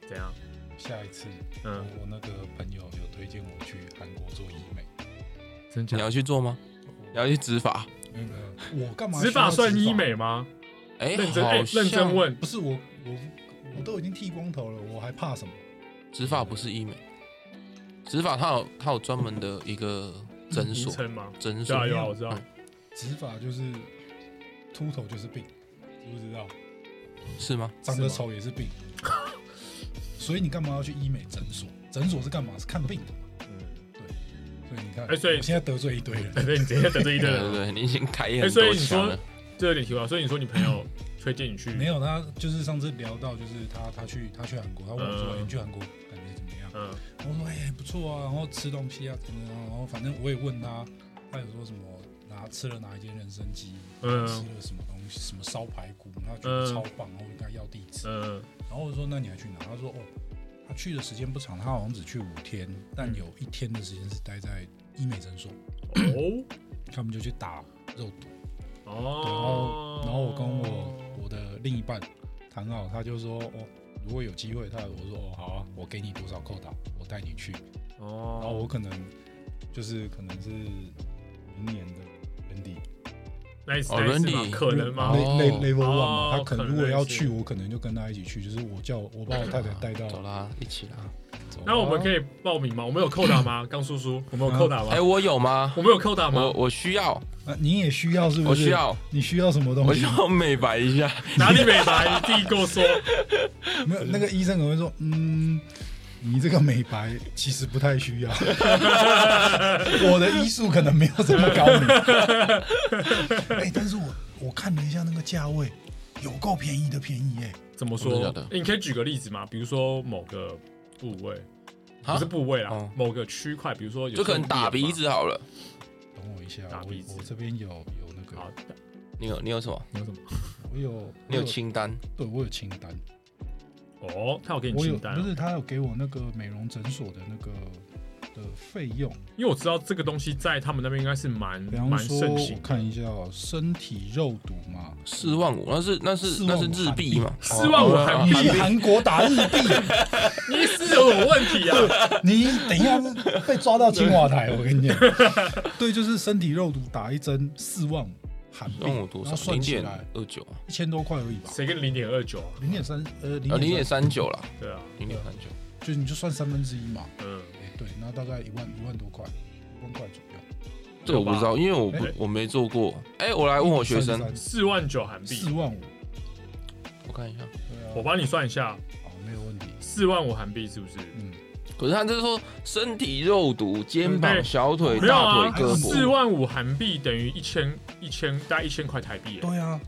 [SPEAKER 1] 怎样，
[SPEAKER 2] 下一次我
[SPEAKER 1] 嗯，
[SPEAKER 2] 我那个朋友有推荐我去韩国做医美，
[SPEAKER 1] 真
[SPEAKER 3] 你
[SPEAKER 1] 假？
[SPEAKER 3] 要去做吗？你要去执法？
[SPEAKER 2] 那个我干嘛？
[SPEAKER 1] 植发嗯算医？美吗？
[SPEAKER 3] 哎，
[SPEAKER 1] 认真
[SPEAKER 3] 好
[SPEAKER 1] 哎、认真
[SPEAKER 3] 像
[SPEAKER 1] 问，
[SPEAKER 2] 不是我我我都已经剃光头了，我还怕什么？
[SPEAKER 3] 植发不是医美，植发它有它有专门的一个诊
[SPEAKER 1] 名
[SPEAKER 3] 所，
[SPEAKER 1] 称吗？
[SPEAKER 3] 诊
[SPEAKER 1] 对
[SPEAKER 3] 所
[SPEAKER 1] 啊，有啊，我知道。
[SPEAKER 2] 植发就是秃头就是病，知不知道？
[SPEAKER 3] 是吗？
[SPEAKER 2] 长得丑也是病。 所以你干嘛要去医美诊所？诊所是干嘛？是看病的嘛。
[SPEAKER 1] 嗯，
[SPEAKER 2] 所以你看，
[SPEAKER 1] 哎所以
[SPEAKER 2] 我现在得罪一堆人，
[SPEAKER 1] 对，你直接得罪一堆
[SPEAKER 3] 对
[SPEAKER 1] 人
[SPEAKER 3] 对
[SPEAKER 1] 了。
[SPEAKER 3] 对，你已经开
[SPEAKER 1] 哎
[SPEAKER 3] 很
[SPEAKER 1] 所以
[SPEAKER 3] 多
[SPEAKER 1] 你
[SPEAKER 3] 枪
[SPEAKER 1] 说
[SPEAKER 3] 了。
[SPEAKER 1] 这有点奇怪，所以你说你朋友
[SPEAKER 3] 嗯
[SPEAKER 1] 推荐你去，
[SPEAKER 2] 没有他就是上次聊到，就是他他去他去韩国，他问我说：“
[SPEAKER 1] 嗯
[SPEAKER 2] 哎你去韩国感觉怎么样
[SPEAKER 1] 嗯，？”
[SPEAKER 2] 我说：“哎、不错啊，然后吃东西啊，怎么样？然后反正我也问他，他有说什么拿吃了哪一间人参鸡，
[SPEAKER 1] 嗯
[SPEAKER 2] 吃了什么东西，什么烧排骨，他觉得
[SPEAKER 1] 嗯
[SPEAKER 2] 超棒，然后我跟他要地址，
[SPEAKER 1] 呃，
[SPEAKER 2] 然后我说那你还去哪？他说哦，他去的时间不长，他好像只去五天，但有一天的时间是待在医美诊所，
[SPEAKER 1] 哦，
[SPEAKER 2] 他们就去打肉毒。然
[SPEAKER 1] 哦
[SPEAKER 2] 后，然后我跟我我的另一半谈好，他就说哦，如果有机会，他我说哦好啊，我给你多少扣打，我带你去。然后
[SPEAKER 1] 哦，
[SPEAKER 2] 我可能就是可能是明年的年底，
[SPEAKER 1] 那一次
[SPEAKER 3] 哦
[SPEAKER 1] 那一次吗
[SPEAKER 3] Randy
[SPEAKER 1] 可能吗？
[SPEAKER 3] 哦
[SPEAKER 2] level level one 嘛，
[SPEAKER 1] 哦
[SPEAKER 2] 他可能
[SPEAKER 1] 可能
[SPEAKER 2] 如果要
[SPEAKER 1] 是
[SPEAKER 2] 去，我可能就跟他一起去，就是我叫我把我太太带到
[SPEAKER 1] 哦
[SPEAKER 3] 走啦，一起啦。
[SPEAKER 2] 走
[SPEAKER 1] 那我们可
[SPEAKER 2] 以
[SPEAKER 1] 以报名吗？我们有扣打 吗？刚叔叔，我们
[SPEAKER 2] 嗯
[SPEAKER 1] 有扣打吗
[SPEAKER 3] 哎，？我有吗？
[SPEAKER 1] 我们有扣打
[SPEAKER 3] 我
[SPEAKER 1] 吗？
[SPEAKER 3] 我需要，
[SPEAKER 2] 啊，你也需要是不是？
[SPEAKER 3] 我需，要，
[SPEAKER 2] 你需要什 么东
[SPEAKER 3] 我
[SPEAKER 2] 西
[SPEAKER 3] 需？要美白一下。
[SPEAKER 1] 哪里美白？第一跟我 说，
[SPEAKER 2] 没有，那个医生可能会 说，嗯，你这个美白其实不太需 要，我的医术可能没有这么高明。
[SPEAKER 4] 哎、但是我我看了一下那个价位，有够便宜的便宜哎、
[SPEAKER 1] 怎么
[SPEAKER 3] 真的
[SPEAKER 1] 说
[SPEAKER 3] 假的？
[SPEAKER 1] 哎你可以举个例子吗？比如说某个部位，
[SPEAKER 3] 啊
[SPEAKER 1] 不是部位啦
[SPEAKER 3] 哦，
[SPEAKER 1] 某个区块，比如说有
[SPEAKER 3] 就可能打鼻子好了。
[SPEAKER 2] 等我一下，
[SPEAKER 1] 打
[SPEAKER 2] 我
[SPEAKER 1] 鼻子
[SPEAKER 2] 我这边有有那
[SPEAKER 1] 脸嘛。好
[SPEAKER 2] 个，，
[SPEAKER 3] 你有你有什么？
[SPEAKER 1] 你有什么？
[SPEAKER 2] 我有
[SPEAKER 3] 你有
[SPEAKER 2] 我
[SPEAKER 3] 清单？
[SPEAKER 2] 对我有清单，
[SPEAKER 1] 哦，他有给你
[SPEAKER 2] 我有
[SPEAKER 1] 清单
[SPEAKER 2] 不
[SPEAKER 1] 哦，
[SPEAKER 2] 是他有给我那个美容诊所的那个的费用，
[SPEAKER 1] 因为我知道这个东西在他们那边应该是蛮
[SPEAKER 2] 比方
[SPEAKER 1] 蛮
[SPEAKER 2] 说
[SPEAKER 1] 盛
[SPEAKER 2] 我
[SPEAKER 1] 行。
[SPEAKER 2] 看一下哦，身体肉毒嘛，
[SPEAKER 3] 四万五？那是那是
[SPEAKER 2] 45,000
[SPEAKER 3] 那是日币嘛？哦
[SPEAKER 1] 四万五哦韩
[SPEAKER 2] 你
[SPEAKER 1] 币，
[SPEAKER 2] 去韩国打日币，
[SPEAKER 1] 你是有什么问题啊？
[SPEAKER 2] 你等一下被抓到青瓦台，我跟你讲。对，就是身体肉毒打一针四万五韩币，
[SPEAKER 3] 让我多
[SPEAKER 2] 然后
[SPEAKER 3] 少？
[SPEAKER 2] 算
[SPEAKER 3] 零
[SPEAKER 2] 起
[SPEAKER 3] 点
[SPEAKER 2] 来
[SPEAKER 3] 二九，
[SPEAKER 2] 一千多块而已吧，
[SPEAKER 1] 谁跟零点二九啊？
[SPEAKER 2] 零点三呃
[SPEAKER 3] 呃，零
[SPEAKER 2] 零
[SPEAKER 3] 点
[SPEAKER 2] 点三，
[SPEAKER 3] 三九啦，
[SPEAKER 1] 对啊，
[SPEAKER 3] 零点三九。
[SPEAKER 2] 就你就算三分之一嘛，
[SPEAKER 1] 嗯，
[SPEAKER 2] 哎对，那大概一万一万多块，一万块左右。
[SPEAKER 3] 这我不知道，因为我不
[SPEAKER 1] 哎
[SPEAKER 3] 我没做过。哎，我来问我学生，
[SPEAKER 1] 四万九韩币
[SPEAKER 2] 四，万五，
[SPEAKER 3] 我看一下。
[SPEAKER 1] 我
[SPEAKER 2] 对啊，
[SPEAKER 1] 帮你算一下，
[SPEAKER 2] 好没有问题，
[SPEAKER 1] 四万五韩币是不是？
[SPEAKER 2] 嗯，
[SPEAKER 3] 可是他就是说身体肉毒，肩膀、
[SPEAKER 1] 对
[SPEAKER 3] 小腿、
[SPEAKER 1] 没有
[SPEAKER 3] 大
[SPEAKER 1] 啊
[SPEAKER 3] 腿、胳，
[SPEAKER 1] 四
[SPEAKER 3] 膊。
[SPEAKER 1] 万五韩币等于一千一千，大概一千块台币耶，
[SPEAKER 4] 对啊，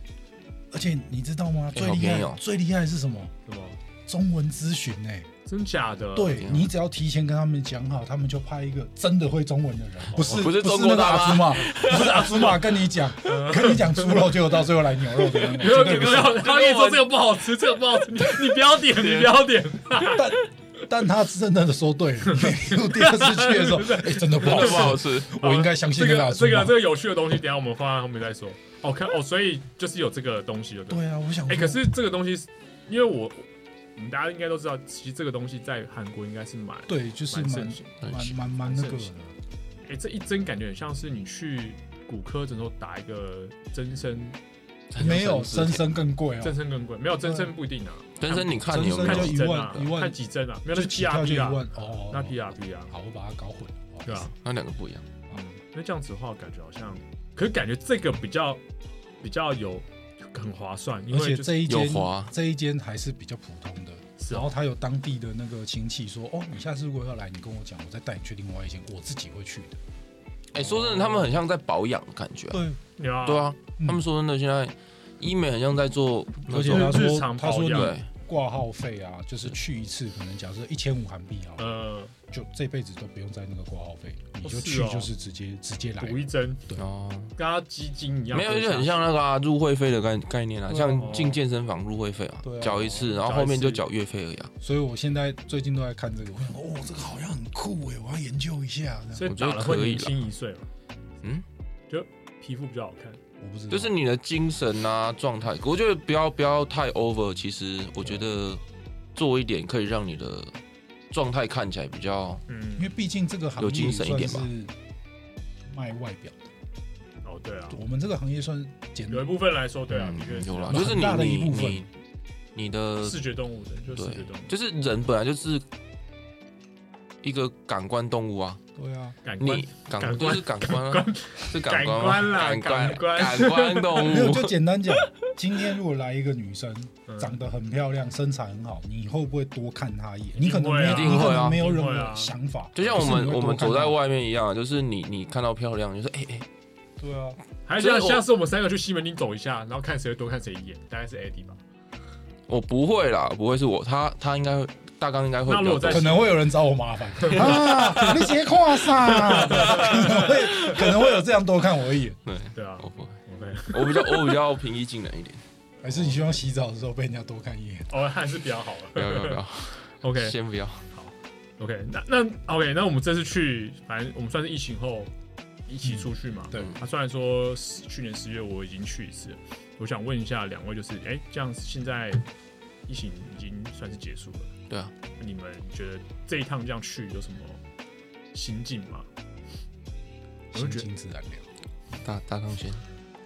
[SPEAKER 4] 而且你知道吗？
[SPEAKER 3] 哎
[SPEAKER 4] 最
[SPEAKER 3] 好
[SPEAKER 4] 厉
[SPEAKER 3] 便
[SPEAKER 4] 害、
[SPEAKER 3] 宜哦
[SPEAKER 4] 最厉害的是什么？
[SPEAKER 1] 什么？
[SPEAKER 4] 中文咨询哎、
[SPEAKER 1] 真假的？，
[SPEAKER 2] 对
[SPEAKER 3] 啊
[SPEAKER 2] 你只要提前跟他们讲好，他们就派一个真的会中文的人，
[SPEAKER 1] 哦
[SPEAKER 2] 不是
[SPEAKER 3] 不是中
[SPEAKER 2] 中
[SPEAKER 3] 国
[SPEAKER 2] 国
[SPEAKER 3] 大
[SPEAKER 2] 阿
[SPEAKER 3] 妈
[SPEAKER 2] 祖玛，不是阿祖玛跟你讲， 跟你讲猪肉，结果到最后来牛肉的那种，
[SPEAKER 1] 没有
[SPEAKER 2] 真
[SPEAKER 1] 你
[SPEAKER 2] 的
[SPEAKER 1] 不
[SPEAKER 2] 不是
[SPEAKER 1] 要，他跟你说这个不好吃，这个不好 吃，你你不要点，你不要点，
[SPEAKER 2] 但但他真的说对了，每录第二次去 的时候，哎，真的不
[SPEAKER 3] 真
[SPEAKER 2] 好
[SPEAKER 3] 的不好
[SPEAKER 2] 吃，
[SPEAKER 3] 吃，
[SPEAKER 2] 我应该相信
[SPEAKER 1] 这
[SPEAKER 2] 那个阿
[SPEAKER 1] 个
[SPEAKER 2] 祖
[SPEAKER 1] 这个
[SPEAKER 2] 玛
[SPEAKER 1] 这。个有趣的东西，等一下我们放在后面再说。哦，看哦，所以就是有这个东西了，对不对。
[SPEAKER 4] 对啊，我想
[SPEAKER 1] 哎、
[SPEAKER 4] 说，
[SPEAKER 1] 可是这个东西是，因为我我们大家应该都知道，其实这个东西在韩国应该是蛮
[SPEAKER 2] 对，就是
[SPEAKER 1] 蛮
[SPEAKER 2] 蛮
[SPEAKER 1] 盛行的。
[SPEAKER 2] 蛮蛮蛮那个
[SPEAKER 1] 蛮盛
[SPEAKER 2] 的，
[SPEAKER 1] 行哎、这一针感觉很像是你去骨科诊所打一个增生，
[SPEAKER 2] 没有真生更贵
[SPEAKER 1] 增
[SPEAKER 2] 哦，
[SPEAKER 1] 生更贵，没有增生不一定啊。
[SPEAKER 3] 真生，你看
[SPEAKER 2] 真
[SPEAKER 3] 你有没
[SPEAKER 2] 生
[SPEAKER 1] 看
[SPEAKER 2] 就
[SPEAKER 1] 几
[SPEAKER 2] 一
[SPEAKER 3] 有？
[SPEAKER 1] 针啊？
[SPEAKER 2] 万一万
[SPEAKER 1] 看几针啊？没有，那
[SPEAKER 2] 就是起跳就一
[SPEAKER 1] PRP 啊，
[SPEAKER 2] 万哦，
[SPEAKER 1] 那 PRP 啊，
[SPEAKER 2] 好，我把它搞混了，哦不好意思
[SPEAKER 1] 对啊，，
[SPEAKER 3] 那两个不一样。
[SPEAKER 1] 嗯，那这样子的话，感觉好像，可是感觉这个比较比较有很划算，因
[SPEAKER 2] 而
[SPEAKER 1] 为
[SPEAKER 2] 且
[SPEAKER 1] 就是
[SPEAKER 2] 这一
[SPEAKER 3] 有
[SPEAKER 2] 间
[SPEAKER 3] 滑
[SPEAKER 2] 这一间还是比较普通的，
[SPEAKER 1] 是哦
[SPEAKER 2] 然后他有当地的那个亲戚说，哦，你下次如果要来，你跟我讲，我再带你去另外一间，我自己会去的。
[SPEAKER 3] 哎，说真的，他们很像在保养的感觉啊。
[SPEAKER 2] 对，
[SPEAKER 1] 有啊
[SPEAKER 3] 对，啊，
[SPEAKER 2] 嗯
[SPEAKER 3] 他们说真的，现在医美很像在做那
[SPEAKER 2] 而且
[SPEAKER 3] 种
[SPEAKER 2] 他
[SPEAKER 1] 日
[SPEAKER 2] 说
[SPEAKER 1] 常
[SPEAKER 2] 他
[SPEAKER 1] 保
[SPEAKER 2] 说
[SPEAKER 1] 养
[SPEAKER 2] 你
[SPEAKER 3] 对
[SPEAKER 2] 挂号费啊，就是去一次可能假设一千五韩币啊，
[SPEAKER 1] 呃，
[SPEAKER 2] 就这辈子都不用再那个挂号费，你就是去
[SPEAKER 1] 哦
[SPEAKER 2] 就是直接直接来。
[SPEAKER 1] 补一针，
[SPEAKER 3] 哦，
[SPEAKER 1] 跟他基金一样，
[SPEAKER 3] 没有
[SPEAKER 1] 对
[SPEAKER 3] 就
[SPEAKER 1] 上
[SPEAKER 3] 很像那个啊入会费的概概念啊，
[SPEAKER 2] 对啊
[SPEAKER 3] 像进健身房入会费啊
[SPEAKER 2] 对，啊
[SPEAKER 3] 缴一次，然后
[SPEAKER 1] 缴一
[SPEAKER 3] 后面就
[SPEAKER 1] 次
[SPEAKER 3] 缴月费而已啊。
[SPEAKER 2] 所以我现在最近都在看这个，
[SPEAKER 4] 我想说，哦，这个好像很酷
[SPEAKER 2] 欸
[SPEAKER 4] 哎、我要研究一下。这样
[SPEAKER 1] 所以
[SPEAKER 3] 我觉得
[SPEAKER 1] 打了会
[SPEAKER 3] 可以
[SPEAKER 1] 年
[SPEAKER 3] 啦
[SPEAKER 1] 轻一岁嘛。
[SPEAKER 3] 嗯，
[SPEAKER 1] 就皮肤比较好看。
[SPEAKER 2] 我不知道，
[SPEAKER 3] 就是你的精神啊状态，我觉得不要不要太 over。其实我觉得做一点可以让你的状态看起来比较
[SPEAKER 1] 嗯
[SPEAKER 2] 因为，毕竟这个行
[SPEAKER 3] 有
[SPEAKER 2] 业
[SPEAKER 3] 精神一点吧
[SPEAKER 2] 算是卖外表的，
[SPEAKER 1] 哦对啊，
[SPEAKER 2] 我们这个行业算简
[SPEAKER 1] 有一部分来说，对啊，
[SPEAKER 3] 嗯
[SPEAKER 1] 的确是
[SPEAKER 3] 有啦，
[SPEAKER 2] 这
[SPEAKER 3] 就
[SPEAKER 2] 样很
[SPEAKER 3] 是你
[SPEAKER 2] 大的一
[SPEAKER 3] 你
[SPEAKER 2] 部分
[SPEAKER 3] 你你的
[SPEAKER 1] 视觉动物的，就视
[SPEAKER 3] 对
[SPEAKER 1] 觉动物，，
[SPEAKER 3] 就是人本来就是一个感官动物啊，
[SPEAKER 2] 对啊，
[SPEAKER 1] 感官
[SPEAKER 3] 你感
[SPEAKER 1] 感
[SPEAKER 3] 就
[SPEAKER 1] 官
[SPEAKER 3] 是感官啊，是感官
[SPEAKER 1] 感官
[SPEAKER 3] 吗
[SPEAKER 1] 啦
[SPEAKER 3] 感官
[SPEAKER 1] 感官
[SPEAKER 3] 感官动
[SPEAKER 2] 没有
[SPEAKER 3] 物
[SPEAKER 2] 就简单讲，今天如果来一个女生
[SPEAKER 1] 嗯
[SPEAKER 2] 长得很漂亮，身材很好，你会不会多看她一眼？你可能没
[SPEAKER 1] 一
[SPEAKER 2] 有，
[SPEAKER 3] 定
[SPEAKER 2] 你
[SPEAKER 3] 会啊
[SPEAKER 2] 可能没有
[SPEAKER 1] 一
[SPEAKER 2] 任
[SPEAKER 1] 定会啊
[SPEAKER 2] 何想法，
[SPEAKER 3] 就像我
[SPEAKER 2] 可是
[SPEAKER 3] 们
[SPEAKER 2] 你会
[SPEAKER 3] 我
[SPEAKER 2] 多
[SPEAKER 3] 们
[SPEAKER 2] 看
[SPEAKER 3] 走在
[SPEAKER 2] 她
[SPEAKER 3] 外面一样，啊就是你你看到漂亮，你就说哎哎，
[SPEAKER 2] 对啊，
[SPEAKER 1] 还是
[SPEAKER 3] 就是
[SPEAKER 1] 要
[SPEAKER 3] 我
[SPEAKER 1] 下次我们三个去西门町走一下，然后看谁会多看谁一眼，大概是 AD 吧。
[SPEAKER 3] 我不会啦，不会是我，他他应该会大纲应该会
[SPEAKER 1] 那
[SPEAKER 3] 比
[SPEAKER 1] 如
[SPEAKER 3] 较
[SPEAKER 1] 果
[SPEAKER 3] 多
[SPEAKER 1] 在
[SPEAKER 2] 可能会有人找我 麻烦啊，你斜跨啥？可能会可能会有这样多看我一眼，
[SPEAKER 3] 对，
[SPEAKER 1] 对啊
[SPEAKER 3] 我不会，
[SPEAKER 1] ，OK，
[SPEAKER 3] 我比较我比较平易近人一 点，
[SPEAKER 2] 还是你希望洗澡的时候被人家多看一眼？
[SPEAKER 1] 哦还是比较好
[SPEAKER 3] 不
[SPEAKER 1] 了。
[SPEAKER 3] 要不要 不要
[SPEAKER 1] OK
[SPEAKER 3] 先不要，
[SPEAKER 1] OK，那那 OK，那我们这次去，反正我们算是疫情后一
[SPEAKER 3] 嗯
[SPEAKER 1] 起出去嘛。
[SPEAKER 2] 对
[SPEAKER 1] 啊，虽然说十去年十月我已经去一次了，我想问一下两位，就是哎，这样现在疫情已经算是结束了。
[SPEAKER 3] 对啊，
[SPEAKER 1] 你们觉得这一趟这样去有什么心境吗？我就
[SPEAKER 2] 心
[SPEAKER 1] 觉得
[SPEAKER 2] 情自然聊。
[SPEAKER 3] 大大纲先，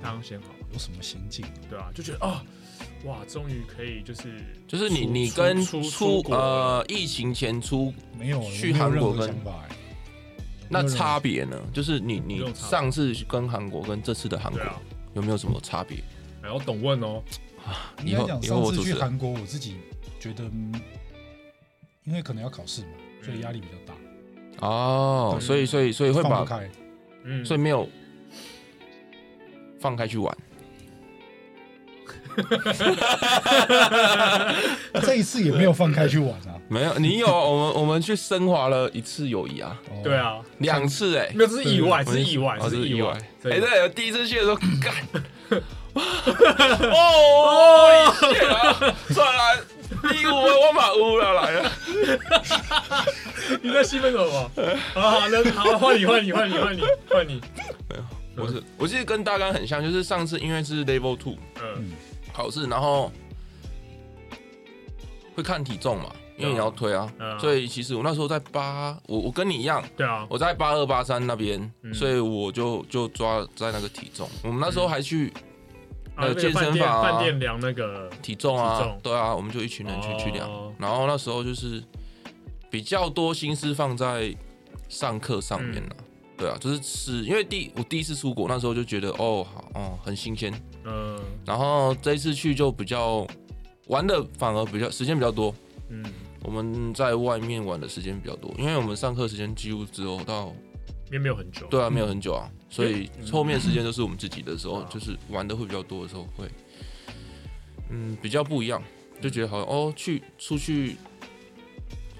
[SPEAKER 1] 汤先好，
[SPEAKER 2] 有什么心境？
[SPEAKER 1] 对啊，就觉得啊、哇，终于可以就是
[SPEAKER 3] 就是你
[SPEAKER 1] 出
[SPEAKER 3] 你跟
[SPEAKER 1] 出
[SPEAKER 3] 出
[SPEAKER 1] 国了
[SPEAKER 3] 呃疫情前出
[SPEAKER 2] 没有，
[SPEAKER 3] 去
[SPEAKER 2] 我没有
[SPEAKER 3] 韩
[SPEAKER 2] 任
[SPEAKER 3] 国
[SPEAKER 2] 何
[SPEAKER 3] 跟
[SPEAKER 2] 想法哎。
[SPEAKER 3] 那
[SPEAKER 2] 没有任何
[SPEAKER 3] 差别呢？就是你
[SPEAKER 1] 没有
[SPEAKER 3] 你
[SPEAKER 1] 差别
[SPEAKER 3] 上次跟韩国跟这次的韩国
[SPEAKER 1] 对啊，
[SPEAKER 3] 有没有什么差别？
[SPEAKER 1] 然后懂问哦，
[SPEAKER 3] 以
[SPEAKER 2] 应该
[SPEAKER 3] 后
[SPEAKER 2] 讲
[SPEAKER 3] 以后
[SPEAKER 2] 上
[SPEAKER 3] 我
[SPEAKER 2] 次
[SPEAKER 3] 主持
[SPEAKER 2] 去
[SPEAKER 3] 人
[SPEAKER 2] 韩国，我自己觉得，嗯因为可能要考试嘛，所以压力比较大，
[SPEAKER 3] 哦，
[SPEAKER 1] 对
[SPEAKER 3] 所以所以所以会
[SPEAKER 2] 放
[SPEAKER 3] 把
[SPEAKER 2] 不开。
[SPEAKER 1] 嗯，
[SPEAKER 3] 所以没有放开去玩。
[SPEAKER 2] 这一次也没有放开去玩啊。
[SPEAKER 3] 没 有，你有啊我们我们去升华了一次友谊啊，
[SPEAKER 2] 哦
[SPEAKER 1] 对，啊，
[SPEAKER 3] 两次哎、
[SPEAKER 1] 没有，这是意外，
[SPEAKER 3] 我
[SPEAKER 1] 这
[SPEAKER 3] 们
[SPEAKER 1] 是
[SPEAKER 3] 一
[SPEAKER 1] 意外，
[SPEAKER 3] 哦
[SPEAKER 1] 这
[SPEAKER 3] 这
[SPEAKER 1] 是
[SPEAKER 3] 是
[SPEAKER 1] 意
[SPEAKER 3] 意
[SPEAKER 1] 外啊
[SPEAKER 3] 外。
[SPEAKER 1] 这
[SPEAKER 3] 哎、
[SPEAKER 1] 是意外
[SPEAKER 3] 对，我第一次去的时候，干， 哦，shit 啊算了，第五我我把乌了来了，
[SPEAKER 1] 你在兴奋什 么？好好，那好，换你，换你，换你，换你，换你。
[SPEAKER 3] 我是我其实跟大刚很像，就是上次因为是 level two
[SPEAKER 1] 嗯，
[SPEAKER 3] 考试，然后会看体重嘛，因为你要推啊，
[SPEAKER 1] 对啊
[SPEAKER 3] 所以其实我那时候在八，我我跟你一样，
[SPEAKER 1] 对啊，
[SPEAKER 3] 我在八二八三那边，
[SPEAKER 1] 嗯
[SPEAKER 3] 所以我就就抓在那个体重。我们那时候还去
[SPEAKER 1] 啊
[SPEAKER 3] 呃
[SPEAKER 1] 那个
[SPEAKER 3] 健
[SPEAKER 1] 饭
[SPEAKER 3] 身
[SPEAKER 1] 店
[SPEAKER 3] 房啊
[SPEAKER 1] 饭店量那个
[SPEAKER 3] 体重
[SPEAKER 1] 嗯
[SPEAKER 3] 啊，
[SPEAKER 1] 体重
[SPEAKER 3] 对啊，我们就一群人去去量。
[SPEAKER 1] 哦
[SPEAKER 3] 然后那时候就是比较多心思放在上课上面了、
[SPEAKER 1] 嗯
[SPEAKER 3] 对啊，就是吃，因为第我第一次出国，那时候就觉得哦好哦很新鲜。
[SPEAKER 1] 嗯
[SPEAKER 3] 然后这一次去就比较玩的反而比较时间比较多，
[SPEAKER 1] 嗯，
[SPEAKER 3] 我们在外面玩的时间比较多，因为我们上课时间几乎只有到
[SPEAKER 1] 也没有很久。
[SPEAKER 3] 对啊，没有很久啊，所以
[SPEAKER 1] 嗯
[SPEAKER 3] 后面时间都是我们自己的时候
[SPEAKER 1] 啊，
[SPEAKER 3] 就是玩的会比较多的时候会，嗯，比较不一样，就觉得好像哦，去出去